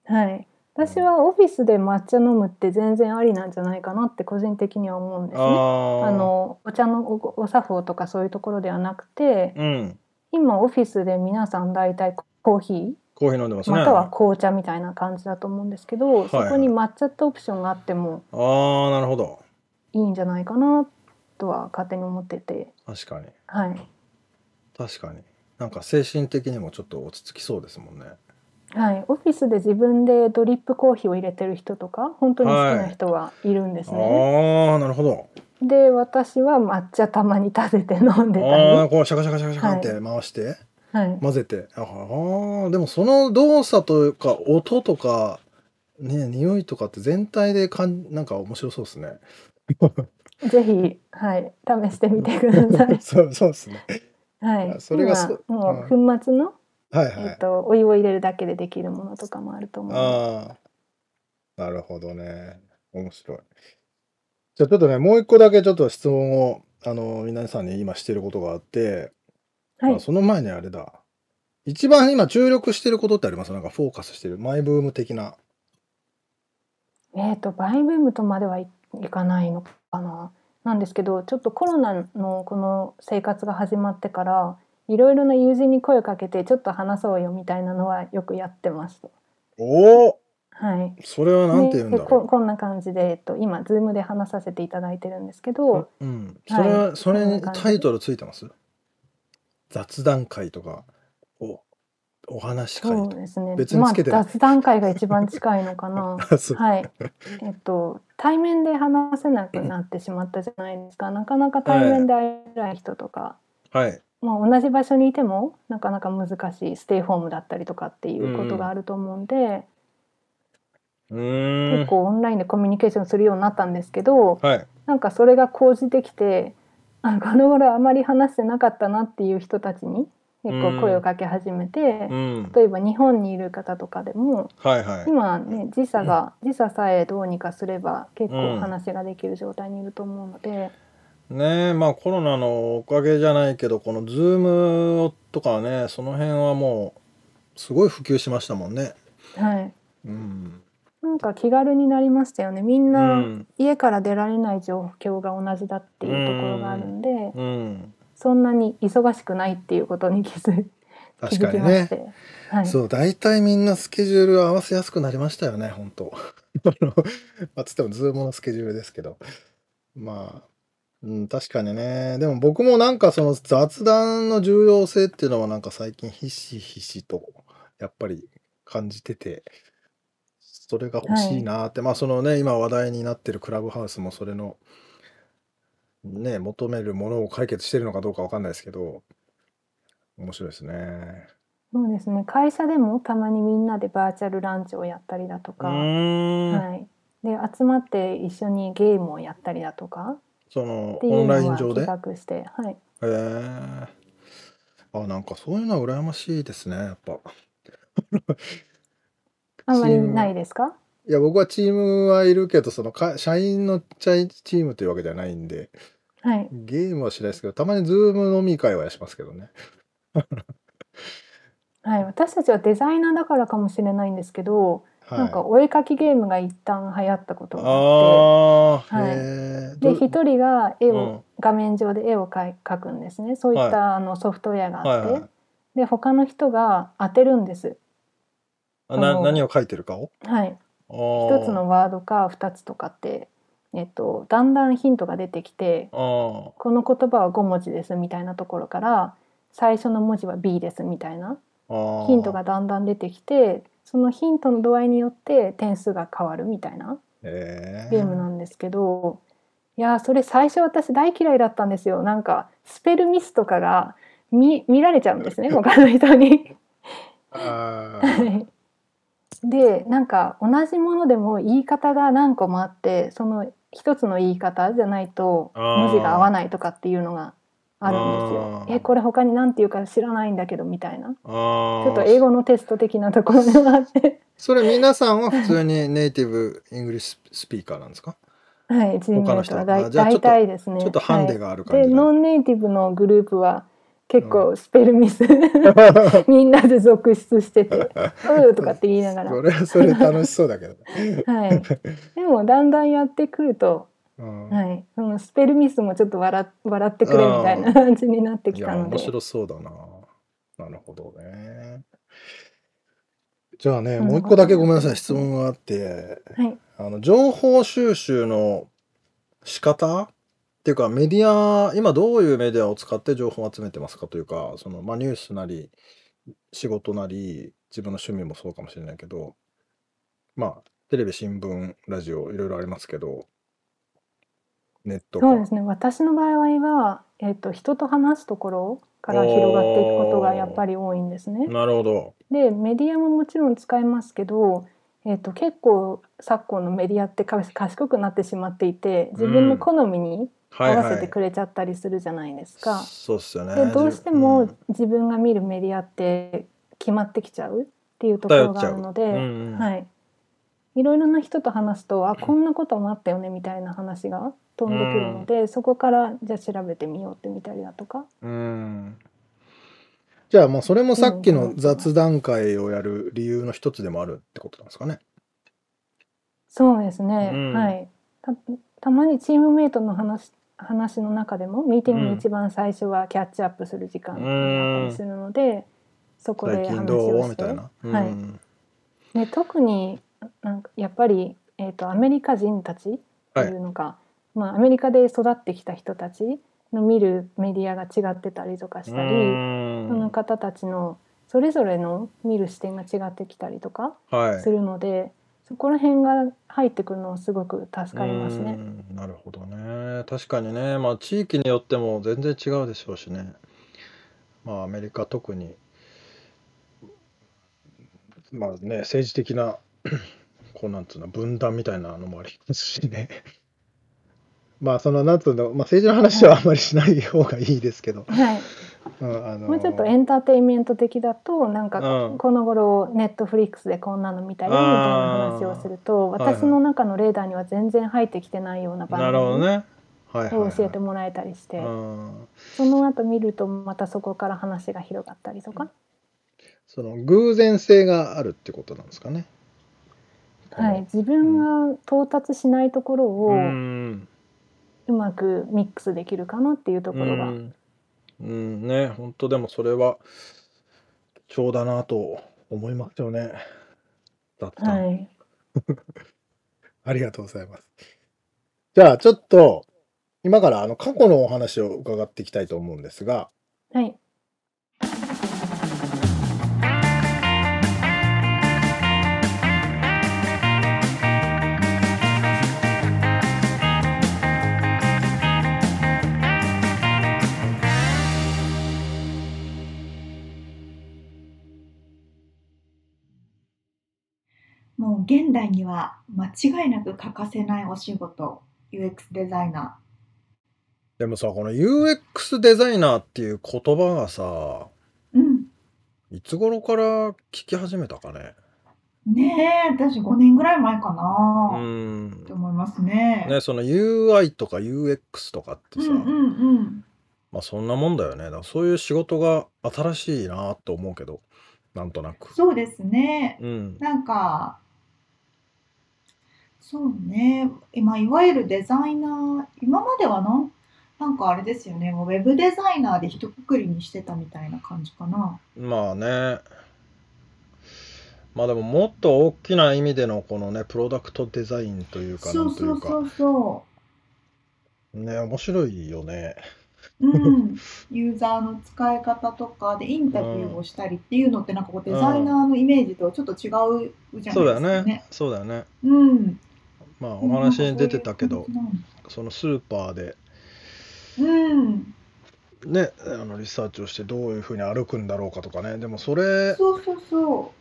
Speaker 4: はい、私はオフィスで抹茶飲むって全然ありなんじゃないかなって個人的には思うんですね。
Speaker 3: あ
Speaker 4: あのお茶のおお作法とかそういうところではなくて、
Speaker 3: うん
Speaker 4: 今オフィスで皆さん大体コーヒー
Speaker 3: コーヒー飲んでますね
Speaker 4: または紅茶みたいな感じだと思うんですけど、
Speaker 3: い
Speaker 4: そこに抹茶ってオプションがあっても
Speaker 3: ああなるほど
Speaker 4: いいんじゃないかなとは勝手に思ってて、
Speaker 3: 確かに
Speaker 4: はい
Speaker 3: 確かになんか精神的にもちょっと落ち着きそうですもんね
Speaker 4: はい、オフィスで自分でドリップコーヒーを入れてる人とか本当に好きな人はいるんですね。
Speaker 3: ああなるほど
Speaker 4: で私は抹茶たまに立てて飲んでた
Speaker 3: ああ
Speaker 4: り、
Speaker 3: こうシャカシャカシャカシャカって回して、
Speaker 4: はい、
Speaker 3: 混ぜてああでもその動作というか音とかね匂いとかって全体でかんなんか面白そうです ね。
Speaker 4: ぜひ、はい、試してみてください
Speaker 3: そうそうですね
Speaker 4: はい、
Speaker 3: それが
Speaker 4: 今
Speaker 3: そう
Speaker 4: もう粉末の、
Speaker 3: はいは
Speaker 4: えっ
Speaker 3: い、
Speaker 4: と、お湯を入れるだけでできるものとかもあると思うので。
Speaker 3: ああなるほどね面白いじゃあちょっとねもう一個だけちょっと質問をあの皆さんに今してることがあって、
Speaker 4: はい
Speaker 3: あ、その前にあれだ一番今注力してることってありますなんかフォーカスしてるマイブーム的な
Speaker 4: えっと、バイブームとまではい、いかないのかな。なんですけど、ちょっとコロナのこの生活が始まってから。いろいろな友人に声をかけて、ちょっと話そうよみたいなのはよくやってます。
Speaker 3: おお
Speaker 4: はい。
Speaker 3: それはなんて言うんだ
Speaker 4: でこ
Speaker 3: ろ
Speaker 4: こんな感じで、えっと、今ズームで話させていただいてるんですけ
Speaker 3: う、
Speaker 4: ど、
Speaker 3: うん、それは、それ
Speaker 4: そん
Speaker 3: に
Speaker 4: な感じ
Speaker 3: タイトルついてます雑談会とかおお話会
Speaker 4: そう
Speaker 3: と
Speaker 4: ですね
Speaker 3: 別につけてない
Speaker 4: まあ、雑談会が一番近いのか な
Speaker 3: かそう
Speaker 4: はいえっと対面で話せなくなってしまったじゃないですかなかなか対面で会えない人とか、
Speaker 3: はい
Speaker 4: まあ、同じ場所にいてもなかなか難しいステイホームだったりとかっていうことがあると思うんで、
Speaker 3: うーん
Speaker 4: 結構オンラインでコミュニケーションするようになったんですけど、
Speaker 3: はい
Speaker 4: なんかそれが講じてきてあこの頃あまり話してなかったなっていう人たちに結
Speaker 3: うん
Speaker 4: 構声をかけ始めて、
Speaker 3: うん
Speaker 4: 例えば日本にいる方とかでも
Speaker 3: はいはい
Speaker 4: 今ね時差が時差さえどうにかすれば結
Speaker 3: うん
Speaker 4: 構話ができる状態にいると思うので、
Speaker 3: ねえまあコロナのおかげじゃないけどこのズームとかねその辺はもうすごい普及しましたもんね
Speaker 4: はい、
Speaker 3: うん
Speaker 4: なんか気軽になりましたよねみん
Speaker 3: う、
Speaker 4: なん家から出られない状況が同じだっていうところがあるんで、
Speaker 3: うん、
Speaker 4: そんなに忙しくないっていうことに気づ気
Speaker 3: 確
Speaker 4: づ
Speaker 3: か
Speaker 4: き
Speaker 3: に
Speaker 4: まし
Speaker 3: ね
Speaker 4: て、はい、
Speaker 3: そう大体みんなスケジュール合わせやすくなりましたよね本当 あのまあつってもズームのスケジュールですけどまあうん確かにねでも僕もなんかその雑談の重要性っていうのはなんか最近ひしひしとやっぱり感じててそれが欲しいなって、まあそのね今話題になってるクラブハウスもそれのね求めるものを解決してるのかどうかわかんないですけど面白いですね。
Speaker 4: そうですね会社でもたまにみんなでバーチャルランチをやったりだと
Speaker 3: う
Speaker 4: か、
Speaker 3: ーん
Speaker 4: はい、で集まって一緒にゲームをやったりだとか
Speaker 3: その
Speaker 4: ってい
Speaker 3: オ
Speaker 4: う
Speaker 3: ン
Speaker 4: の
Speaker 3: ライ
Speaker 4: は
Speaker 3: ン上
Speaker 4: 企
Speaker 3: でへ
Speaker 4: 画して、はい、
Speaker 3: えあなんかそういうのは羨ましいですねやっぱ
Speaker 4: あんま
Speaker 3: チ
Speaker 4: り
Speaker 3: ーム
Speaker 4: ないですか
Speaker 3: いや僕はチームはいるけどそのか社員のチャイチームというわけじゃないんで
Speaker 4: はい
Speaker 3: ゲームはしないですけどたまにズーム飲み会はしますけどね
Speaker 4: はい、私たちはデザイナーだからかもしれないんですけど、
Speaker 3: はい、
Speaker 4: なんかお絵描きゲームが一旦流行ったことがあっ
Speaker 3: ああ、
Speaker 4: はい
Speaker 3: へえ
Speaker 4: てで一人が絵を、
Speaker 3: うん
Speaker 4: 画面上で絵を描い描くんですねそういった、あのソフトウェアが
Speaker 3: は
Speaker 4: あっ
Speaker 3: い
Speaker 4: て、
Speaker 3: はい
Speaker 4: で他の人が当てるんです、
Speaker 3: あな
Speaker 4: あの
Speaker 3: 何を書いてるかを
Speaker 4: はい、
Speaker 3: 一
Speaker 4: 一つのワードか二つとかって、えっと、だんだんヒントが出てきて
Speaker 3: あ
Speaker 4: この言葉は5文字ですみたいなところから最初の文字は B ですみたいな
Speaker 3: ーあー
Speaker 4: ヒントがだんだん出てきてそのヒントの度合いによって点数が変わるみたいな
Speaker 3: へえ
Speaker 4: ゲームなんですけど、いやーそれ最初私大嫌いだったんですよなんかスペルミスとかが見見られちゃうんです ね他の人に。
Speaker 3: あ
Speaker 4: は
Speaker 3: ー
Speaker 4: いでなんか同じものでも言い方が何個もあってその一つの言い方じゃないと
Speaker 3: あー
Speaker 4: 文字が合わないとかっていうのがあるん
Speaker 3: あ
Speaker 4: ですよ。
Speaker 3: ー
Speaker 4: えこれ他に何て言うか知らないんだけどみたいな
Speaker 3: あー
Speaker 4: ちょっと英語のテスト的なところでもあって、
Speaker 3: それ皆さんは普通にネイティブイングリッシュスピーカーなんですか、
Speaker 4: はい、チームメ
Speaker 3: 他の
Speaker 4: ー
Speaker 3: 人
Speaker 4: トは
Speaker 3: あ
Speaker 4: 大
Speaker 3: じゃあちょっと
Speaker 4: 大体ですね。
Speaker 3: ちょっとハンデ
Speaker 4: は
Speaker 3: がある
Speaker 4: い
Speaker 3: 感
Speaker 4: で
Speaker 3: じが、
Speaker 4: ノンネイティブのグループは結構スペルミス、 みんなで続出してて「うー」とかって言いながら、
Speaker 3: それはそれ楽しそうだけど、
Speaker 4: はい、でもだんだんやってくると、
Speaker 3: うん
Speaker 4: はい、そのスペルミスもちょっと笑っ笑ってくれみたいな感じになって
Speaker 3: い
Speaker 4: き
Speaker 3: や
Speaker 4: たの
Speaker 3: 面
Speaker 4: で。
Speaker 3: 白そうだななるほどねじゃあね
Speaker 4: そんなこと
Speaker 3: もう一個だけごめんなさい質問があって
Speaker 4: はい、
Speaker 3: あの情報収集の仕方っていうかメディア今どういうメディアを使って情報を集めてますかというかその、まあ、ニュースなり仕事なり自分の趣味もそうかもしれないけどまあテレビ新聞ラジオいろいろありますけどネットか
Speaker 4: そうですね私の場合は、えっと人と話すところから広がっていくことがやっぱり多いんですね。
Speaker 3: なるほど
Speaker 4: でメディアももちろん使えますけど、えっと結構昨今のメディアってか賢くなってしまっていて自分の好みに合
Speaker 3: はい
Speaker 4: わ
Speaker 3: は
Speaker 4: せて
Speaker 3: い
Speaker 4: くれちゃったりするじゃないですか。
Speaker 3: そうっすよね
Speaker 4: でどうし
Speaker 3: 自
Speaker 4: ても自分が見るメディアって決まってきちゃうっていうところがあるので、
Speaker 3: 分うんうん
Speaker 4: はい、いろいろな人と話すとあこんなこともあったよねみたいな話が飛んでくるので、そこからじゃあ調べてみようってみたりだとか。
Speaker 3: うんじゃあもうそれもさっきの雑談会をやる理由の一つでもあるってことなんですかね。
Speaker 4: そうですね、
Speaker 3: うん
Speaker 4: はいたたまにチームメイトの話話の中でもミーティングの一番最初はキャッチアップする時間になったりするので、そこ
Speaker 3: 最
Speaker 4: で
Speaker 3: 近
Speaker 4: 話
Speaker 3: ど
Speaker 4: を
Speaker 3: う
Speaker 4: し
Speaker 3: み
Speaker 4: て
Speaker 3: たいな。
Speaker 4: はい
Speaker 3: うん
Speaker 4: で特になんかやっぱり、えー、とアメリカ人たちっていうのが、まあ、アメリカで育ってきた人たちの見るメディアが違ってたりとかしたり、
Speaker 3: うん
Speaker 4: その方たちのそれぞれの見る視点が違ってきたりとか
Speaker 3: はい
Speaker 4: するので、そこら辺が入ってくるのはすごく助かります
Speaker 3: う
Speaker 4: ね。
Speaker 3: んなるほどね。確かにね、まあ地域によっても全然違うでしょうしね。まあアメリカ特に、まあね、政治的な、 こうなんつうの、分断みたいなのもありますしね。 まあその、なんつうの、まあ政治の話はあんまりしない方がいいですけど。
Speaker 4: はい、
Speaker 3: うんあのー
Speaker 4: もうちょっとエンターテインメント的だとなんか
Speaker 3: うん
Speaker 4: この頃ネットフリックスでこんなの見たよみたいな話をする
Speaker 3: あ
Speaker 4: と
Speaker 3: ーはいはい
Speaker 4: 私の中のレーダーには全然入ってきてないような
Speaker 3: なるほど
Speaker 4: 番
Speaker 3: ね
Speaker 4: 組。
Speaker 3: はいはい、は
Speaker 4: を
Speaker 3: い。
Speaker 4: 教えてもらえたりして
Speaker 3: うん
Speaker 4: その後見るとまたそこから話が広がったりとか
Speaker 3: その偶然性があるってことなんですかね。
Speaker 4: はい自分が到達しないところ
Speaker 3: こ
Speaker 4: を
Speaker 3: の。うん
Speaker 4: うまくミックスできるかなっていうところが
Speaker 3: うん、うんね本当でもそれは貴重だなと思いますよねだった、
Speaker 4: はい
Speaker 3: ありがとうございますじゃあちょっと今からあの過去のお話を伺っていきたいと思うんですが
Speaker 4: はい
Speaker 1: もう現代には間違いなく欠かせないお仕事 UX デザイナ
Speaker 3: でもさこの UX デザイナーっていう言葉がさ
Speaker 1: ーうん
Speaker 3: いつ頃から聞き始めたかね
Speaker 1: ねえ私5年ぐらい前かな、
Speaker 3: う
Speaker 1: っ
Speaker 3: ん
Speaker 1: て思いますね
Speaker 3: ねその UI とか UX とかって
Speaker 1: う
Speaker 3: さ、
Speaker 1: んうんうん
Speaker 3: まあそんなもんだよねだからそういう仕事が新しいなと思うけどなんとなく。
Speaker 1: そうですね。
Speaker 3: うん。
Speaker 1: なんか、そうね。今、いわゆるデザイナー、今まではなん、なんかあれですよね。もうウェブデザイナーで一括りにしてたみたいな感じかな。
Speaker 3: まあね。まあでももっと大きな意味でのこのね、プロダクトデザインというか、な
Speaker 1: そうん
Speaker 3: とい
Speaker 1: そううそ
Speaker 3: か、
Speaker 1: うそ
Speaker 3: ね、面白いよね。
Speaker 1: う。うん。 ユーザーの使い方とかでインタビューをしたりっていうのってなんかこうデザイナーのイメージとちょっと違うじゃない
Speaker 3: そ
Speaker 1: う
Speaker 3: だ
Speaker 1: で
Speaker 3: よ
Speaker 1: すか
Speaker 3: ね
Speaker 1: ね。。
Speaker 3: そうだよね。
Speaker 1: うん。
Speaker 3: まあお話に出てたけど
Speaker 1: う、ん。
Speaker 3: そのスーパーで
Speaker 1: うん
Speaker 3: ね、あのリサーチをしてどういうふうに歩くんだろうかとかね。でもそれ、
Speaker 1: そうそうそ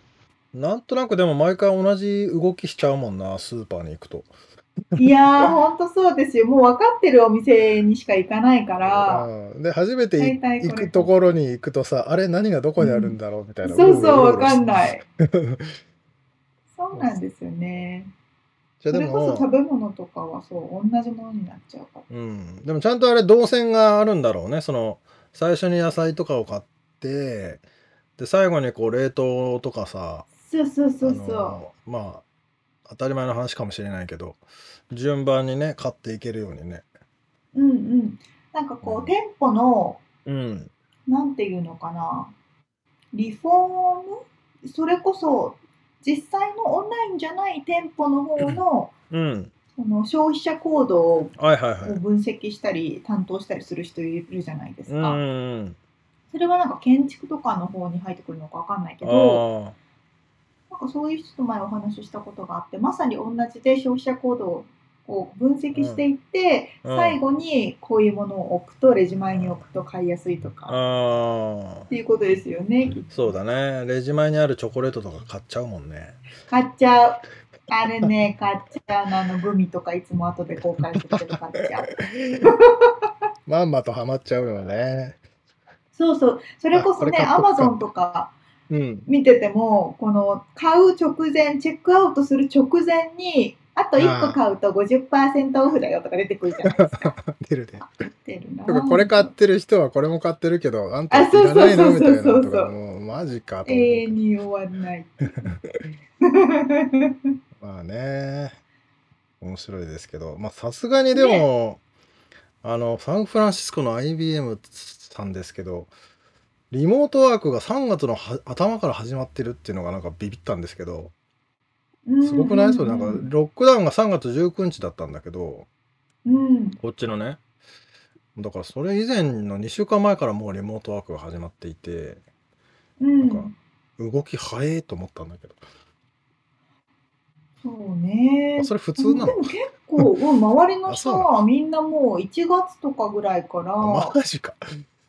Speaker 1: う。
Speaker 3: なんとなくでも毎回同じ動きしちゃうもんな、スーパーに行くと。
Speaker 1: いやー、ほんとそうですよ。もう分かってるお店にしか行かないから。
Speaker 3: うんで初めてい
Speaker 1: 大体こ
Speaker 3: 行
Speaker 1: れ
Speaker 3: くところに行くとさあれ何がどこにあるんだろうみたいな、
Speaker 1: そうそう、分かん
Speaker 3: い
Speaker 1: ない。そうなんですよね。
Speaker 3: じゃあ
Speaker 1: そ
Speaker 3: で
Speaker 1: れこそ
Speaker 3: も
Speaker 1: 食べ物とかはそう、同じものになっちゃうから。
Speaker 3: うんでもちゃんとあれ動線があるんだろうねその最初に野菜とかを買ってで最後にこう冷凍とかさ
Speaker 1: そうそうそう
Speaker 3: あ
Speaker 1: そ
Speaker 3: のまあ当たり前の話かもしれないけど順番にね買っていけるようにね
Speaker 1: う。うんうん。なんかこう、店舗の、
Speaker 3: うん
Speaker 1: なんていうのかな、リフォームそれこそ、実際のオンラインじゃない店舗の方の、
Speaker 3: うん
Speaker 1: その消費者行動を
Speaker 3: はいはいはい
Speaker 1: を分析したり担当したりする人いるじゃないです
Speaker 3: うん
Speaker 1: か、
Speaker 3: うん
Speaker 1: それはなんか建築とかの方に入ってくるのかわかんないけ
Speaker 3: あ
Speaker 1: ど
Speaker 3: ー
Speaker 1: なんかそういう人と前お話ししたことがあってまさに同じで消費者行動をこう分析していって、
Speaker 3: うん
Speaker 1: 最後にこういうものを置くとレジ前に置くと買いやすいと
Speaker 3: あ
Speaker 1: か
Speaker 3: ー
Speaker 1: っていうことですよね
Speaker 3: そうだねレジ前にあるチョコレートとか買っちゃうもんね
Speaker 1: 買っちゃうあれ ね買っちゃうのあのグミとかいつも後で公開するけど買っちゃう
Speaker 3: まんまとハマっちゃうよね。
Speaker 1: そうそうそれこそね
Speaker 3: あ
Speaker 1: ア
Speaker 3: これ
Speaker 1: マ
Speaker 3: 買っと
Speaker 1: ゾ
Speaker 3: くか
Speaker 1: ンとか
Speaker 3: うん。
Speaker 1: 見ててもこの買う直前チェックアウトする直前にあと1
Speaker 3: ああ
Speaker 1: 個買うと50%オフだよとか出てくるじゃないですか。
Speaker 3: 出るで。
Speaker 1: 出るな
Speaker 3: とか これ買ってる人はこれも買ってるけど、あんた
Speaker 1: あそう
Speaker 3: い
Speaker 1: そ
Speaker 3: ら
Speaker 1: うそう
Speaker 3: ないのみたいな
Speaker 1: そう
Speaker 3: と
Speaker 1: そう
Speaker 3: か
Speaker 1: そう
Speaker 3: もうマジかと思う
Speaker 1: 永遠に終わらない。
Speaker 3: まあね。面白いですけど、まあさすがにでも、あのサンフランシスコの IBM さんですけど、リモートワークが3月のは頭から始まってるっていうのがなんかビビったんですけど、 すごくないそれなんか
Speaker 1: うん
Speaker 3: ロックダウンが3月19日だったんだけど、
Speaker 1: うん
Speaker 3: こっちのね。だからそれ以前の2週間前からもうリモートワークが始まっていて、
Speaker 1: うん
Speaker 3: なんか動き早えと思ったんだけど。
Speaker 1: そうね
Speaker 3: あそれ普通な
Speaker 1: で
Speaker 3: の
Speaker 1: も結構、うん、周りの
Speaker 3: あそう
Speaker 1: 人
Speaker 3: な
Speaker 1: はみんなもう1月とかぐらいから
Speaker 3: あマジか。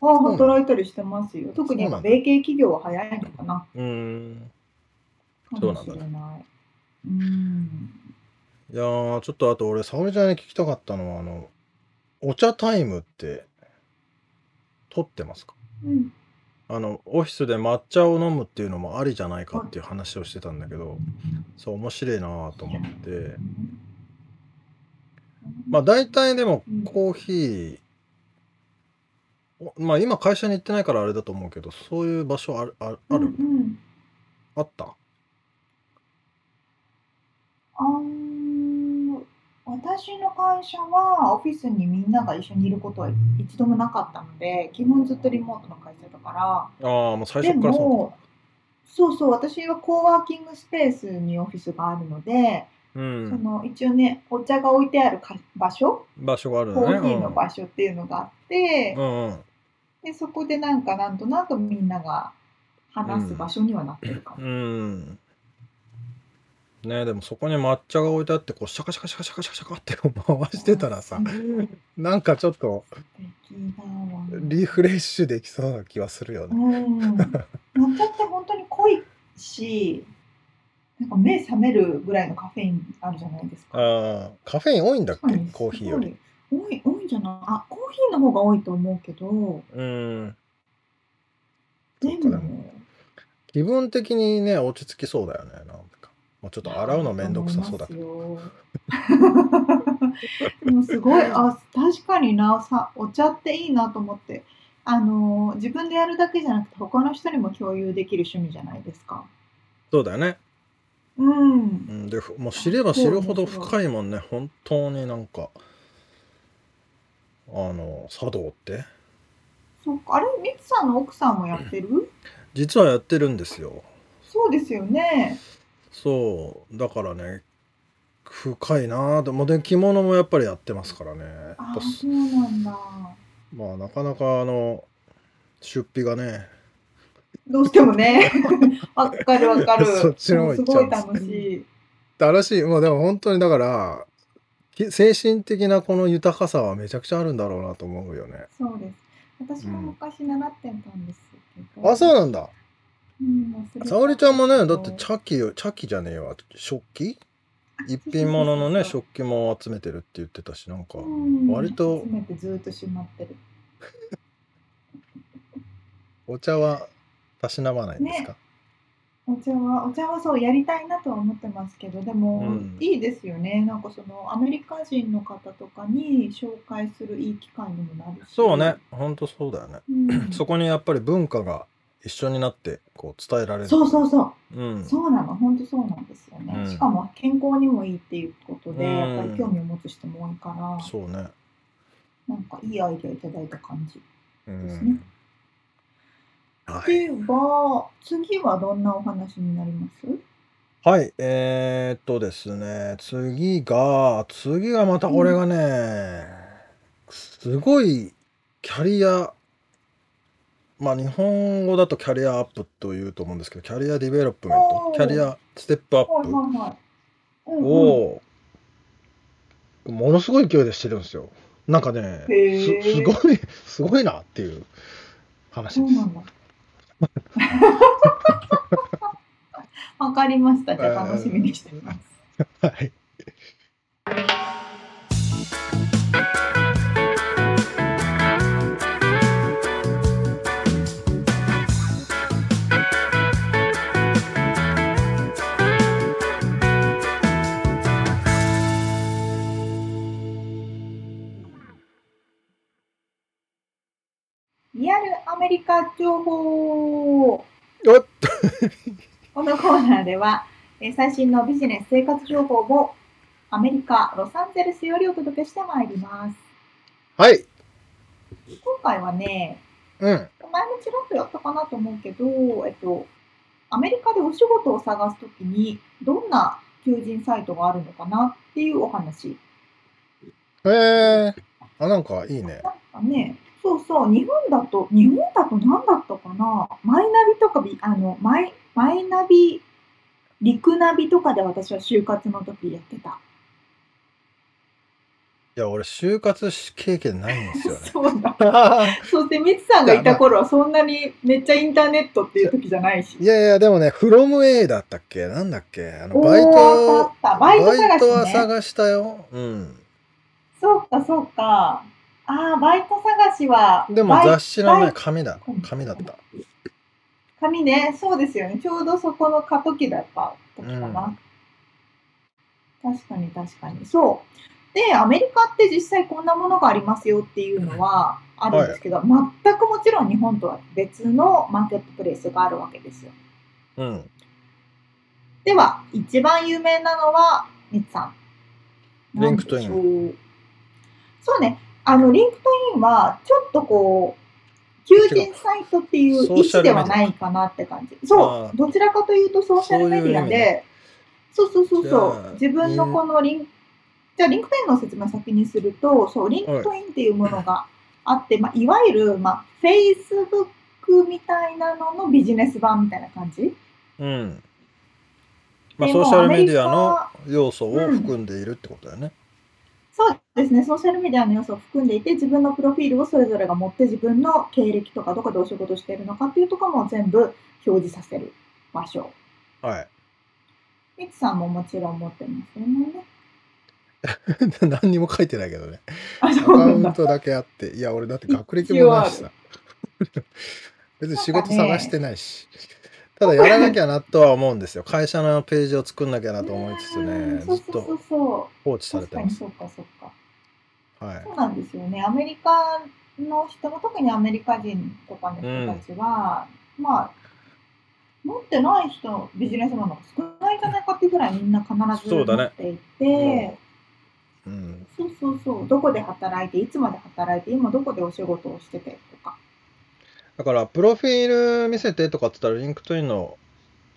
Speaker 1: あ働いたりしてますよ特に
Speaker 3: そうな
Speaker 1: 今
Speaker 3: んだ
Speaker 1: 米系企業は早いのかな
Speaker 3: うーん。
Speaker 1: か
Speaker 3: そ
Speaker 1: も
Speaker 3: うなん
Speaker 1: し
Speaker 3: だ
Speaker 1: れ
Speaker 3: ね
Speaker 1: ない。うん
Speaker 3: いやー、ちょっとあと俺、沙織ちゃんに聞きたかったのは、あの、お茶タイムって、取ってますか
Speaker 1: うん
Speaker 3: あの、オフィスで抹茶を飲むっていうのもありじゃないかっていう話をしてたんだけど、そう、面白いなーと思って。まあ大体でも
Speaker 1: うん
Speaker 3: コーヒー、おまあ今会社に行ってないからあれだと思うけど、そういう場所ある、ある、あ
Speaker 1: うん
Speaker 3: る
Speaker 1: うん
Speaker 3: あった
Speaker 1: あー私の会社はオフィスにみんなが一緒にいることは一度もなかったので基本ずっとリモートの会社だか
Speaker 3: ああ、もう最
Speaker 1: らで
Speaker 3: 初からそ
Speaker 1: もそうそう私はコーワーキングスペースにオフィスがあるので、
Speaker 3: う。うん
Speaker 1: そ。の一応ねお茶が置いてあるか場所
Speaker 3: 場所がある
Speaker 1: コ
Speaker 3: よね。
Speaker 1: ーヒーの場所っていうのがあって、
Speaker 3: うんうん
Speaker 1: でそこでなんかなんとなくみんなが話す場所にはなってるかも。
Speaker 3: うん。うん。ねえでもそこに抹茶が置いてあって、こう、シャカシャカシャカシャカシャカシャカってこう回してたらさ、なんかちょっと
Speaker 1: 素敵だわ
Speaker 3: リフレッシュできそうな気はするよ
Speaker 1: う
Speaker 3: ね。
Speaker 1: ん。抹茶って本当に濃いし、なんか目覚めるぐらいのカフェインあるじゃないですか。
Speaker 3: ああ、カフェイン多いんだっ
Speaker 1: 確
Speaker 3: け
Speaker 1: かに
Speaker 3: コーヒーより。。
Speaker 1: すごい多い多いんじゃないあコーヒーの方が多いと思うけど
Speaker 3: うん。そ
Speaker 1: で
Speaker 3: っかで
Speaker 1: も
Speaker 3: も気分的にね落ち着きそうだよねなんかもうちょっと洗うのめんどくさそうだけ
Speaker 1: ど
Speaker 3: ど
Speaker 1: でもすごいあ確かになさお茶っていいなと思ってあの自分でやるだけじゃなくて他の人にも共有できる趣味じゃないですか。
Speaker 3: そうだよね。
Speaker 1: うん
Speaker 3: う。ん、で、ふもう知れば知るほど深いもんね。本当になんか、あの、茶道って。
Speaker 1: そっかあれミツさんの奥さんもやってる？
Speaker 3: 実はやってるんですよ。
Speaker 1: そうですよね。
Speaker 3: そう。だからね、深いなぁと。もうで、着物もやっぱりやってますからね。やっ
Speaker 1: あ
Speaker 3: ぱ
Speaker 1: あ
Speaker 3: す
Speaker 1: そうなんだ。
Speaker 3: まあ、なかなかあの、出費がね、
Speaker 1: どうしてもね。 わかるわかる。
Speaker 3: そっちの方行
Speaker 1: す
Speaker 3: っちゃ
Speaker 1: ご
Speaker 3: うん
Speaker 1: い
Speaker 3: です
Speaker 1: 楽しい。
Speaker 3: 新しい、もうでも本当にだから、き精神的なこの豊かさはめちゃくちゃあるんだろうなと思うよね。
Speaker 1: そうです。私も昔習ってたんですけど。
Speaker 3: あ、そうなんだ。
Speaker 1: うん。忘れちゃった
Speaker 3: 沙織ちゃんもね、だって茶器を、茶器じゃねえわ、食器一品物のね、
Speaker 1: そうそうそうそう
Speaker 3: 食器も集めてるって言ってたし、なんか、
Speaker 1: うん
Speaker 3: 割と
Speaker 1: 集めてずっとしまってる。
Speaker 3: お茶はたしなまないんですか、
Speaker 1: お茶はお茶はそうやりたいなとは思ってますけどでも、
Speaker 3: うん
Speaker 1: いいですよねなんかそのアメリカ人の方とかに紹介するいい機会にもなるし
Speaker 3: そうね、、ほんとそうだよね。
Speaker 1: うん、
Speaker 3: そこにやっぱり文化が一緒になって、こう伝えられる。
Speaker 1: そうそうそう
Speaker 3: う。うん。
Speaker 1: そうなの本当そうなんですよね、
Speaker 3: うん
Speaker 1: しかも健康にもいいっていうことで、
Speaker 3: うん
Speaker 1: やっぱり興味を持つ人も多いから
Speaker 3: そうね。
Speaker 1: なんかいいアイデアいただいた感じ、
Speaker 3: う
Speaker 1: ですね
Speaker 3: ん。はい。
Speaker 1: では次はどんなお話になります
Speaker 3: はい、えーっとですね、次が、次がまたこれがね、すごいキャリア、まあ日本語だとキャリアアップというと思うんですけど、キャリアディベロップメント
Speaker 1: お、ー
Speaker 3: キャリアステップア
Speaker 1: はい
Speaker 3: ッ
Speaker 1: はいはいうんうん
Speaker 3: プを、ものすごい勢いでしてるんですよ。なんかね、
Speaker 1: へー
Speaker 3: す、すごい、すごいなっていう話
Speaker 1: そ
Speaker 3: で
Speaker 1: う
Speaker 3: す。
Speaker 1: なんだわかりましたじゃあ楽しみにしてます
Speaker 3: はい。
Speaker 1: リアルアメリカ情報
Speaker 3: おっ
Speaker 1: このコーナーではえー最新のビジネス生活情報をアメリカ・ロサンゼルスよりお届けしてまいります
Speaker 3: はい、
Speaker 1: 今回はね
Speaker 3: うん、
Speaker 1: 前もちらっとやったかなと思うけど、えっと、アメリカでお仕事を探すときにどんな求人サイトがあるのかなっていうお話
Speaker 3: えー、あ、なんかいいね。
Speaker 1: なんかね、そうそう、日本だと、日本だと何だったかな、マイナビとかび、あの、マイ、マイナビ、陸ナビとかで私は就活の時やってた。
Speaker 3: いや、俺、就活し経験ないんですよね。
Speaker 1: そうだ。そして、ミツさんがいた頃はそんなにめっちゃインターネットっていう時じゃないし。
Speaker 3: いやいや、でもね、フロム A だったっけなんだっけあの、
Speaker 1: おー
Speaker 3: バイ
Speaker 1: あっ
Speaker 3: ト、
Speaker 1: たバイト
Speaker 3: バイト
Speaker 1: 探し
Speaker 3: は
Speaker 1: ね。
Speaker 3: 探したよ。うん。
Speaker 1: そうか、そうか。ああ、バイト探しは、
Speaker 3: でも
Speaker 1: バイ
Speaker 3: 雑誌の
Speaker 1: バ
Speaker 3: ね、
Speaker 1: イ
Speaker 3: 紙だ。紙だった。
Speaker 1: 紙ね、そうですよね。ちょうどそこの過渡期だった時かな。確かに確かに。そう。で、アメリカって実際こんなものがありますよっていうのはあるんですけど、全くもちろん日本とは別のマーケットプレイスがあるわけですよ。
Speaker 3: うん。
Speaker 1: では、一番有名なのは、みつさん。
Speaker 3: リンクトイン
Speaker 1: なんでしょう。そうね。あの、リンクトインは、ちょっとこう、求人サイトっていう
Speaker 3: ソ
Speaker 1: 意
Speaker 3: ーシャ
Speaker 1: 思
Speaker 3: ルメ
Speaker 1: で
Speaker 3: ディア
Speaker 1: はないかなって感じ。
Speaker 3: あ
Speaker 1: そう。
Speaker 3: あ
Speaker 1: どちらかというとソーシャルメディアで、そうそうそうそ
Speaker 3: じゃあ
Speaker 1: う。自分のこのリンク、じゃあリンクトインの説明を先にすると、そう、リンクトインっていうものがあって、まあ、いわゆる、まあ、Facebook みたいなののビジネス版みたいな感じ。
Speaker 3: うん。まあ、
Speaker 1: で
Speaker 3: ソ
Speaker 1: も
Speaker 3: ーシャルメディアの
Speaker 1: ア
Speaker 3: 要素を
Speaker 1: うん
Speaker 3: 含んでいるってことだよね。
Speaker 1: そうですね、ソーシャルメディアの要素を含んでいて、自分のプロフィールをそれぞれが持って、自分の経歴とか、どこでお仕事しているのかっていうところも全部表示させる場所。
Speaker 3: はい。
Speaker 1: ミツさんももちろん持ってますよね。
Speaker 3: 何にも書いてないけどね。
Speaker 1: あ、
Speaker 3: ア
Speaker 1: そ
Speaker 3: カ
Speaker 1: うな
Speaker 3: ウ
Speaker 1: ん
Speaker 3: ン
Speaker 1: だ。
Speaker 3: トだけあって。いや、俺だって学歴もないしさ。別に仕事探してないし。ただやらなきゃなとは思うんですよ。会社のページを作んなきゃなと思いつつ
Speaker 1: う
Speaker 3: ね
Speaker 1: ん、そ
Speaker 3: ず
Speaker 1: う
Speaker 3: っ
Speaker 1: そうそ
Speaker 3: と
Speaker 1: うそう。
Speaker 3: 放置され
Speaker 1: 確
Speaker 3: て
Speaker 1: か
Speaker 3: ま
Speaker 1: に
Speaker 3: す。
Speaker 1: そうかそうか。
Speaker 3: はい
Speaker 1: そ。うなんですよね。アメリカの人も特にアメリカ人とかの人たちは、まあ持ってない人ビジネスマンの方が少ないんじゃないかってぐらいみんな必ず
Speaker 3: そう
Speaker 1: 持
Speaker 3: だね
Speaker 1: っていて、
Speaker 3: うん。
Speaker 1: そうそうそう、どこで働いて、いつまで働いて、今どこでお仕事をしててとか。
Speaker 3: だから、プロフィール見せてとかって言ったら、リンクトインの、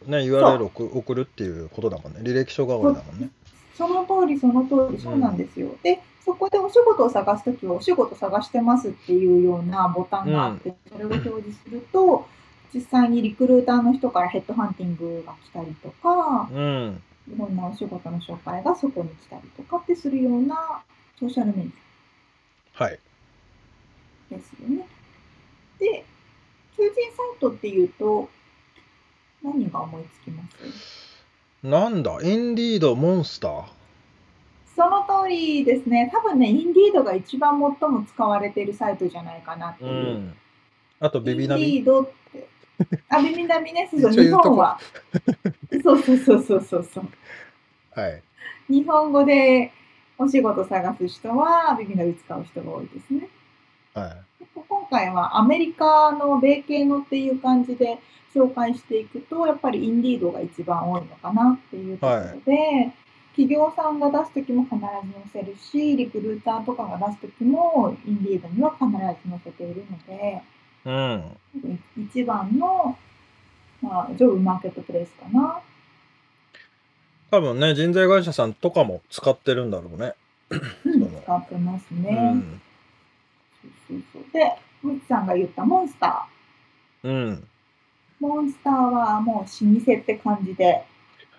Speaker 3: ね、URL 送送るっていうことだもんね。履歴書代わりだもんね。
Speaker 1: その通り、その通り、そうなんですよ。で、そこでお仕事を探すときは、お仕事探してますっていうようなボタンがあって、それを表示すると、実際にリクルーターの人からヘッドハンティングが来たりとか、
Speaker 3: うん。
Speaker 1: いろんなお仕事の紹介がそこに来たりとかってするようなソーシャルメディア。
Speaker 3: はい。
Speaker 1: ですよね。で、求人サイトっていうと、何が思いつきます
Speaker 3: なんだ、インディード、モンスター。
Speaker 1: その通りですね。多分ね、インディードが一番最も使われているサイトじゃないかなっていう。。
Speaker 3: あと、ビビナ
Speaker 1: インデ
Speaker 3: ビ。
Speaker 1: ィードって。あ、ビビナミね、そうそう、
Speaker 3: 一応
Speaker 1: 日
Speaker 3: 言うとこ
Speaker 1: 本は。そうそうそうそうそうそう。
Speaker 3: はい。
Speaker 1: 日本語でお仕事探す人は、ビビナミ使う人が多いですね。
Speaker 3: は
Speaker 1: 今回はアメリカの米系のっていう感じで紹介していくとやっぱりインディードが一番多いのかなっていうところで、企業さんが出す時も必ず載せるしリクルーターとかが出す時もインディードには必ず載せているので
Speaker 3: い。うん。
Speaker 1: 一番の、まあ、ジョブマーケットプレイスかな。
Speaker 3: 多分ね、人材会社さんとかも使ってるんだろうね。
Speaker 1: うん使ってますね。
Speaker 3: うん。
Speaker 1: そうそうそうで、ムチさんが言ったモンスター。
Speaker 3: うん。
Speaker 1: モンスターはもう老舗って感じで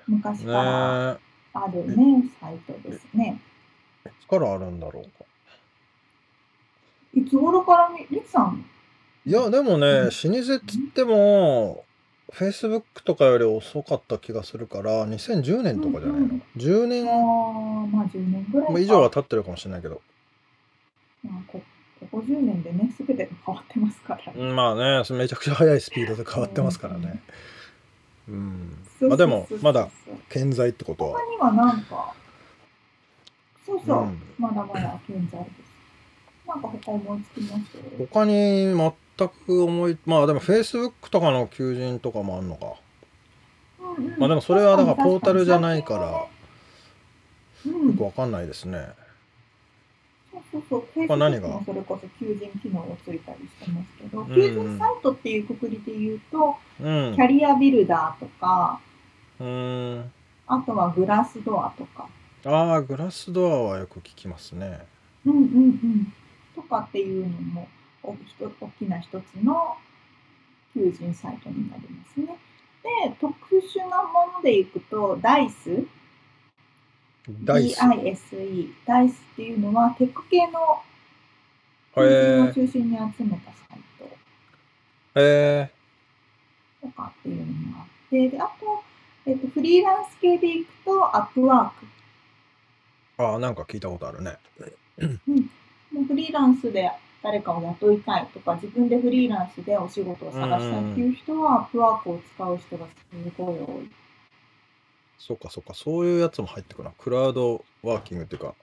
Speaker 1: 昔
Speaker 3: ねえ。
Speaker 1: からあ
Speaker 3: 力
Speaker 1: るね、サイトですね。
Speaker 3: あるんだろうか。
Speaker 1: いつ頃からみ、りつさん、
Speaker 3: いや、でもね、
Speaker 1: うん
Speaker 3: 老舗っつっても、Facebook とかより遅かった気がするから、2010年とかじゃないの。
Speaker 1: うんうん
Speaker 3: 10
Speaker 1: あー
Speaker 3: 年
Speaker 1: まあ10年ぐらいか。
Speaker 3: 以上は経ってるかもしれないけど。
Speaker 1: まあこここ10年でね、すべてが変わってますから。
Speaker 3: うんまあね、めちゃくちゃ速いスピードで変わってますからね。うん。まあでも
Speaker 1: そうそうそうそう、
Speaker 3: まだ健在ってことは。
Speaker 1: 他にはなんか、そうそう、
Speaker 3: うん
Speaker 1: まだまだ健在です。なんか他思いつきます
Speaker 3: 他に全く思い、まあでも Facebook とかの求人とかもあんのか。
Speaker 1: うんうん
Speaker 3: まあでもそれはだから
Speaker 1: 確に
Speaker 3: ポータルじゃないから
Speaker 1: 確かに
Speaker 3: よ
Speaker 1: うん
Speaker 3: くわかんないですね。
Speaker 1: そうそうそう、フェイス
Speaker 3: まあ何が
Speaker 1: もそれこそ求人機能をついたりしてますけど、
Speaker 3: ん
Speaker 1: 求人サイトっていうくくりで言うと、
Speaker 3: うん
Speaker 1: キ。ャリアビルダーとか、
Speaker 3: うん。
Speaker 1: あとはグラスドアとか、
Speaker 3: ああ、グラスドアはよく聞きますね。
Speaker 1: うんうんうん、とかっていうのもおひと大きな一つの求人サイトになりますね。で、特殊なものでいくと、DICE、
Speaker 3: ダイス。
Speaker 1: DISE、DICE っていうのはテック系の求人を
Speaker 3: え
Speaker 1: 中心に集めたサイト。
Speaker 3: ー、え
Speaker 1: とかっていうのもあって、であと、えっと、フリーランス系でいくと、アップワーク。
Speaker 3: ー、ああ、なんか聞いたことあるね。
Speaker 1: もうフリーランスで誰かを雇いたいとか、自分でフリーランスでお仕事を探したいっていう人は、アップワークを使う人がすごい多い。
Speaker 3: そうか、そうか、そういうやつも入ってくるな。クラウドワーキングっていうか、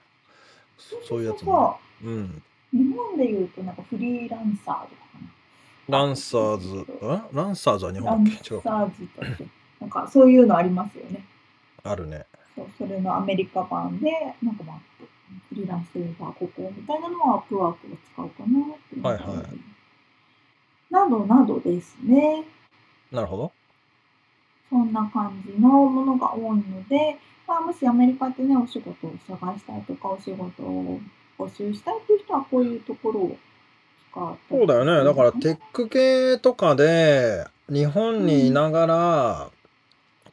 Speaker 3: そそういうやつも
Speaker 1: そ
Speaker 3: ね。うん。
Speaker 1: う日本でいうと、なんかフリーランサーとかかな。
Speaker 3: ランサーズ、んランサーズは日
Speaker 1: ラン
Speaker 3: 本だっけ違う。
Speaker 1: サーズとか、なんかそういうのありますよね。
Speaker 3: あるね。
Speaker 1: そうそれのアメリカ版で、なんかまあ、フリーランスというか、ここみたいなのはアップワークを使うかなっていうのが
Speaker 3: はいはい
Speaker 1: などなどですね。
Speaker 3: なるほど。
Speaker 1: そんな感じのものが多いので、まあ、もしアメリカでね、お仕事を探したいとか、お仕事を募集したいという人は、こういうところを使って。
Speaker 3: そうだよね。だから、テック系とかで、日本にいながら、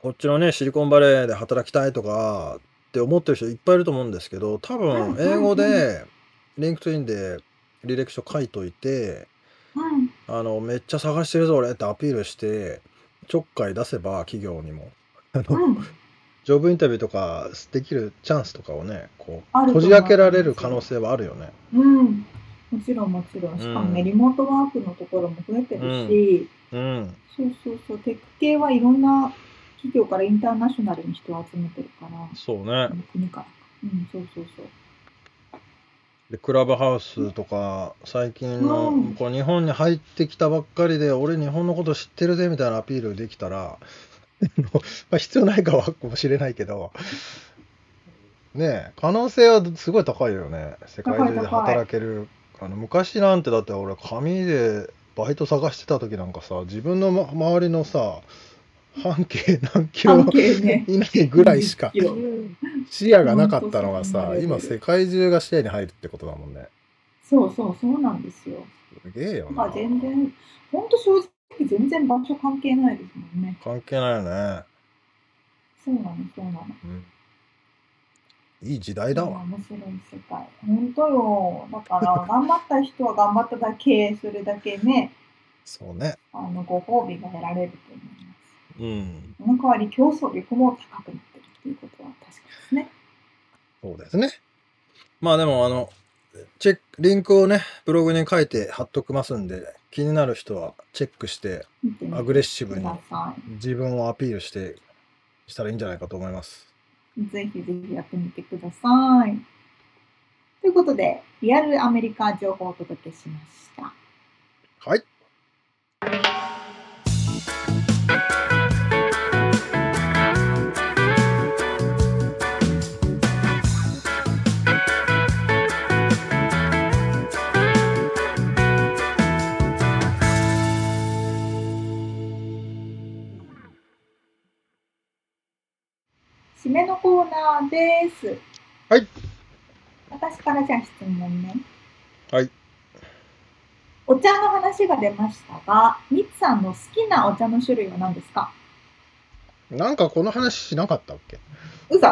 Speaker 3: こっちのね、シリコンバレーで働きたいとかって思ってる人いっぱいいると思うんですけど、多分、英語で、リンクトインで履歴書書いといて、
Speaker 1: うん、
Speaker 3: あの、めっちゃ探してるぞ、俺ってアピールして、ちょっかい出せば、企業にも。あの
Speaker 1: うん、
Speaker 3: ジョブインタビューとかできるチャンスとかをね、こ
Speaker 1: あ
Speaker 3: う、
Speaker 1: ると思
Speaker 3: こじ
Speaker 1: います
Speaker 3: 開けられる可能性はあるよね。
Speaker 1: うん。もちろん、もちろん。しかも
Speaker 3: うん
Speaker 1: ね、リモートワークのところも増えてるし、
Speaker 3: うん。
Speaker 1: そうそうそう、テック系はいろんな企業からインターナショナルに人を集めてるから、
Speaker 3: そうね。
Speaker 1: 国から。うん、そうそうそう。
Speaker 3: でクラブハウスとか最近の
Speaker 1: うん
Speaker 3: こう日本に入ってきたばっかりで俺日本のこと知ってるぜみたいなアピールできたら あのまあ必要ないかはもしれないけどねえ可能性はすごい高いよね世界中で働けるあの昔なんてだって俺紙でバイト探してた時なんかさ自分のま周りのさ半径何キロ
Speaker 1: 関係ね。
Speaker 3: 以内ぐらいしか
Speaker 1: いや
Speaker 3: 視野がなかったの
Speaker 1: 本当
Speaker 3: がさ
Speaker 1: そう
Speaker 3: 今世界中が視野に入るってことだもんね
Speaker 1: そうそう、そうなんですよ。
Speaker 3: すげえよ
Speaker 1: ま
Speaker 3: な
Speaker 1: あ全然、ほんと正直全然場所関係ないですもんね。
Speaker 3: 関係ないよね、
Speaker 1: そうなの、そうなの。
Speaker 3: うん、いい時代だわ
Speaker 1: 面白い世界。本当よ。だか ら、頑張った人は頑張っただけ、それだけね、
Speaker 3: そうね
Speaker 1: あの、ご褒美が得られると思います。
Speaker 3: うん
Speaker 1: その代わり競争力も高くなってるっていうことは確かですね。
Speaker 3: そうですねまあでもあのチェックリンクをねブログに書いて貼っときますんで気になる人はチェックして
Speaker 1: 見てみ
Speaker 3: ア
Speaker 1: て
Speaker 3: グレッシブ
Speaker 1: く
Speaker 3: に
Speaker 1: ださ
Speaker 3: 自分をアピールしてしたらいいんじゃないかと思います
Speaker 1: い。ぜひぜひやってみてください。ということで、リアルアメリカ情報をお届けしました。
Speaker 3: はい
Speaker 1: 締めのコーナーです。
Speaker 3: はい。
Speaker 1: 私からじゃあ質問ね。
Speaker 3: はい。
Speaker 1: お茶の話が出ましたが、ミツさんの好きなお茶の種類は何ですか
Speaker 3: なんかこの話しなかったっけ
Speaker 1: うそ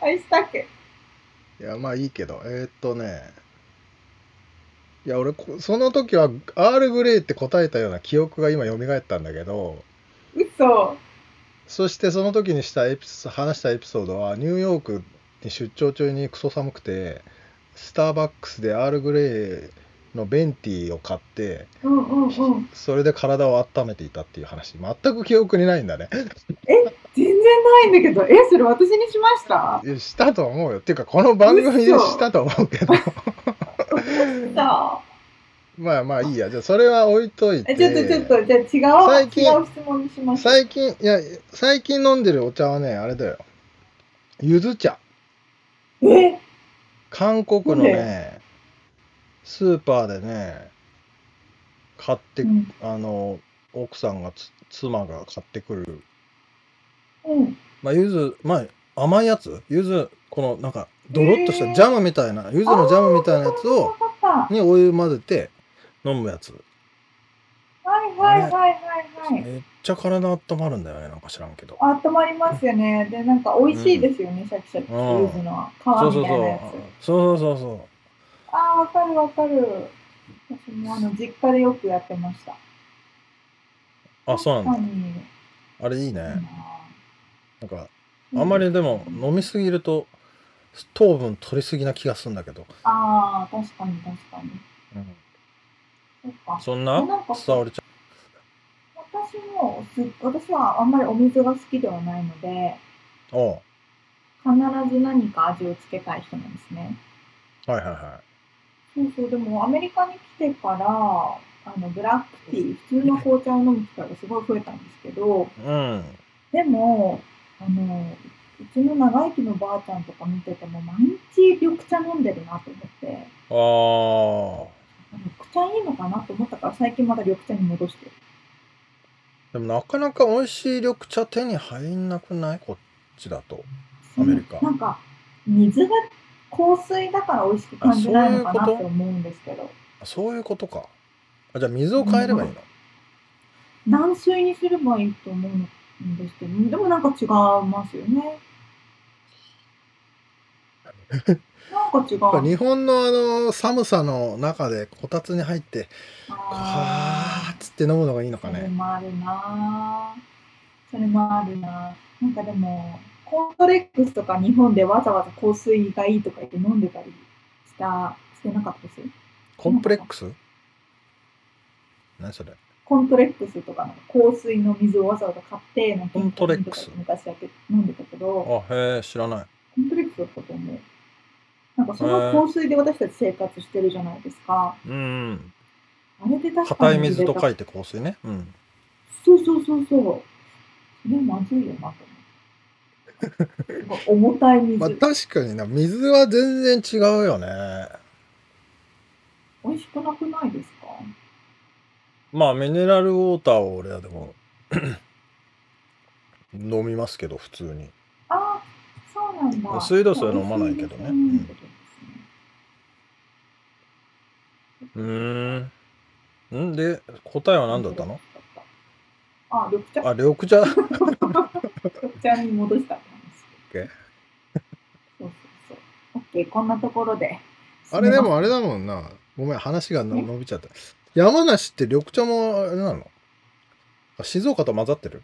Speaker 1: 愛したっけ
Speaker 3: いや、まあいいけど、えーっとね。いや、俺、こその時は、アールグレイって答えたような記憶が今蘇ったんだけど、
Speaker 1: 嘘
Speaker 3: そしてその時にしたエピソ話したエピソードは、ニューヨークに出張中にクソ寒くて、スターバックスでアールグレイのベンティーを買って、
Speaker 1: うんうんうん
Speaker 3: それで体を温めていたっていう話、全く記憶にないんだね。
Speaker 1: 全然ないんだけどえそれ私にしました
Speaker 3: いやしたと思うよ。っていうか、この番組でしたと思うけど、
Speaker 1: さ あ
Speaker 3: まあまあいいや。じゃあ、それは置いといて。
Speaker 1: えちょっとちょっとじゃあ違
Speaker 3: 最
Speaker 1: う
Speaker 3: 近
Speaker 1: 違う質問にしましょう
Speaker 3: 最近いや最近飲んでるお茶はねあれだよゆず茶
Speaker 1: え
Speaker 3: 韓国の
Speaker 1: なん
Speaker 3: ねスーパーでね買って、
Speaker 1: うん
Speaker 3: あの奥さんがつ妻が買ってくる
Speaker 1: うん
Speaker 3: まあゆずまあ甘いやつゆずこのなんかドロッとした
Speaker 1: へー
Speaker 3: ジャムみたいなゆずのジャムみたいなやつ
Speaker 1: わ
Speaker 3: を
Speaker 1: かったは
Speaker 3: にお湯混ぜて飲むやつ
Speaker 1: いはいはいはいはい
Speaker 3: めっちゃ体温まるんだよねなんか知らんけど
Speaker 1: あ温まりますよねでなんか美味しいですよね、シャキシャキ
Speaker 3: うん
Speaker 1: ユズの
Speaker 3: そう
Speaker 1: 皮
Speaker 3: そ
Speaker 1: み
Speaker 3: う
Speaker 1: たいな
Speaker 3: そう
Speaker 1: やつ
Speaker 3: そうそうそうそう
Speaker 1: あーわかるわかる私もあの実家でよくやってました
Speaker 3: あそうなんだ
Speaker 1: 確かに
Speaker 3: あれいいね、
Speaker 1: うん
Speaker 3: なんかあんまりでも飲みすぎると糖分取りすぎな気がするんだけど、
Speaker 1: ああ、確かに確かに。そっか。
Speaker 3: そん
Speaker 1: あ
Speaker 3: な
Speaker 1: なんか
Speaker 3: 沙織ち
Speaker 1: 私もす、私はあんまりお水が好きではないので、
Speaker 3: ゃんお
Speaker 1: 必ず何か味をつけたい人なんですね。
Speaker 3: うはいはいは
Speaker 1: そうそう、でもアメリカに来てから、あの、ブラックティー、普通の紅茶を飲む機会がすごい増えたんですけど、
Speaker 3: いうん
Speaker 1: でも、あの、うちの長生きのばあちゃんとか見てても、毎日緑茶飲んでるなと思って、
Speaker 3: あ
Speaker 1: 緑茶いいのかなと思ったから、最近また緑茶に戻してる。
Speaker 3: ーでもなかなか美味しい緑茶手に入んなくないこっちだと
Speaker 1: その
Speaker 3: アメリカ
Speaker 1: なんか水が香水だから美味しく感じないのか
Speaker 3: あ
Speaker 1: な
Speaker 3: そ
Speaker 1: と
Speaker 3: ういうこと
Speaker 1: 思うんですけど
Speaker 3: あそういうことかあじゃあ水を変えればいいの、
Speaker 1: 軟水にすればいいと思うんですけどでもなんか違いますよ ねなんか違
Speaker 3: やっぱ
Speaker 1: う
Speaker 3: 日本のあの寒さの中でこたつに入って
Speaker 1: あ
Speaker 3: はーっつって飲むのがいいの
Speaker 1: ー
Speaker 3: か
Speaker 1: それ
Speaker 3: ね
Speaker 1: もあるなそれもあるななんかでもコントレックスとか日本でわざわざ香水がいいとか言って飲んでたりしたしてなかったです
Speaker 3: コンプレックス何それ
Speaker 1: コントレックスとかの香水の水をわざわざ買ってなんか
Speaker 3: コントレックス
Speaker 1: 昔だけ飲んでたけど
Speaker 3: あへえ知らない
Speaker 1: コントレッスとかも、なんかその香水で私たち生活してるじゃないですか。
Speaker 3: うん。
Speaker 1: あれで確か
Speaker 3: 硬
Speaker 1: に
Speaker 3: い水と書
Speaker 1: い
Speaker 3: いて香水ね。うん。
Speaker 1: そうそうそうそう。それまずいよなと 思って重たい水、
Speaker 3: まあ確かにな、水は全然違うよね。
Speaker 1: 美味しくなくないですか
Speaker 3: まあミネラルウォーターを俺はでも 飲みますけど、普通に。
Speaker 1: あそうなんだ。
Speaker 3: 水道水は飲まないけどね
Speaker 1: 飲まないけどですね
Speaker 3: うーん。んで、答えは何だったの
Speaker 1: あ、緑茶
Speaker 3: あ、緑茶。
Speaker 1: 緑茶に戻したって話。
Speaker 3: OK
Speaker 1: そうそうそう。OK、こんなところで。
Speaker 3: あれでもあれだもんな。ごめん、話がの
Speaker 1: え
Speaker 3: 伸びちゃった。山梨って緑茶もあれなのあ静岡と混ざってる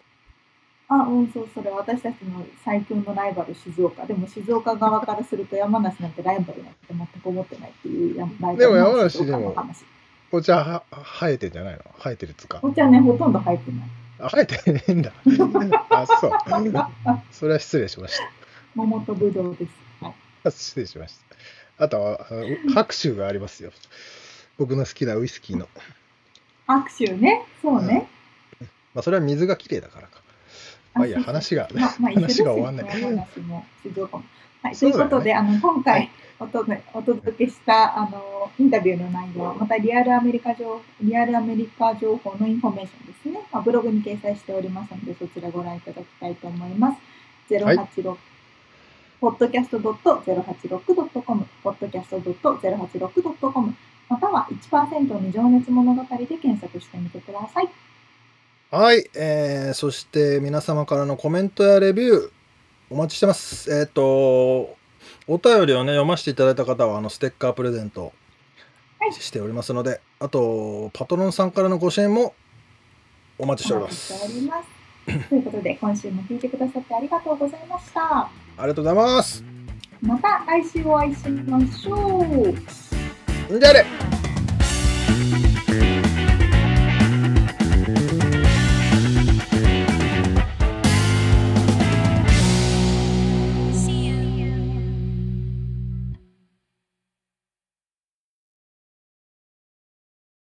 Speaker 1: あ、うん、そう、それ私たちの最強のライバル、静岡。でも静岡側からすると山梨なんてライバルなんて全く思ってないっていうやライバ
Speaker 3: でも
Speaker 1: ル
Speaker 3: 山
Speaker 1: の
Speaker 3: 梨
Speaker 1: 静岡の
Speaker 3: でも
Speaker 1: 話。
Speaker 3: お茶は生えてんじゃないの生えてるっつうか。
Speaker 1: お茶ね、ほとんど入ってない。
Speaker 3: あ生えてねえんだ。 あ、そう。それは失礼しまし
Speaker 1: 桃とぶどうです。はい。
Speaker 3: た。 失礼しました。あとは、あの拍手がありますよ。僕の好きなウイスキーの。
Speaker 1: 握手ね、そうね。
Speaker 3: まあ、それは水がきれいだからか。まあいいや、
Speaker 1: そうそう
Speaker 3: 話が、
Speaker 1: まあ、まあ、一緒ですよ
Speaker 3: 話が終わんない。
Speaker 1: 山梨も静岡も。はい、と
Speaker 3: そ
Speaker 1: いうう
Speaker 3: だ
Speaker 1: こ
Speaker 3: よ
Speaker 1: と
Speaker 3: ね
Speaker 1: で、あの、今
Speaker 3: は
Speaker 1: 回
Speaker 3: い
Speaker 1: おとど、お届けした、あの、インタビューの内容は、またリアルアメリカ情、リアルアメリカ情報のインフォメーションですね。まあ、ブログに掲載しておりますので、そちらご覧いただきたいと思います。
Speaker 3: はい
Speaker 1: 086、podcast.086.com、podcast.086.com、または1%の情熱物語で検索してみてください。
Speaker 3: はい、えー、そして皆様からのコメントやレビューお待ちしてます。えっ、と、お便りをね、読ませていただいた方は、あの、ステッカープレゼント
Speaker 1: はい
Speaker 3: しておりますので、あと、パトロンさんからのご支援もお待ちしております。
Speaker 1: お待ちしております。ということで、今週も聞いてくださってありがとうございました。
Speaker 3: ありがとうございます。
Speaker 1: また来週お会いしましょう。
Speaker 3: んじゃあね
Speaker 1: バイバイ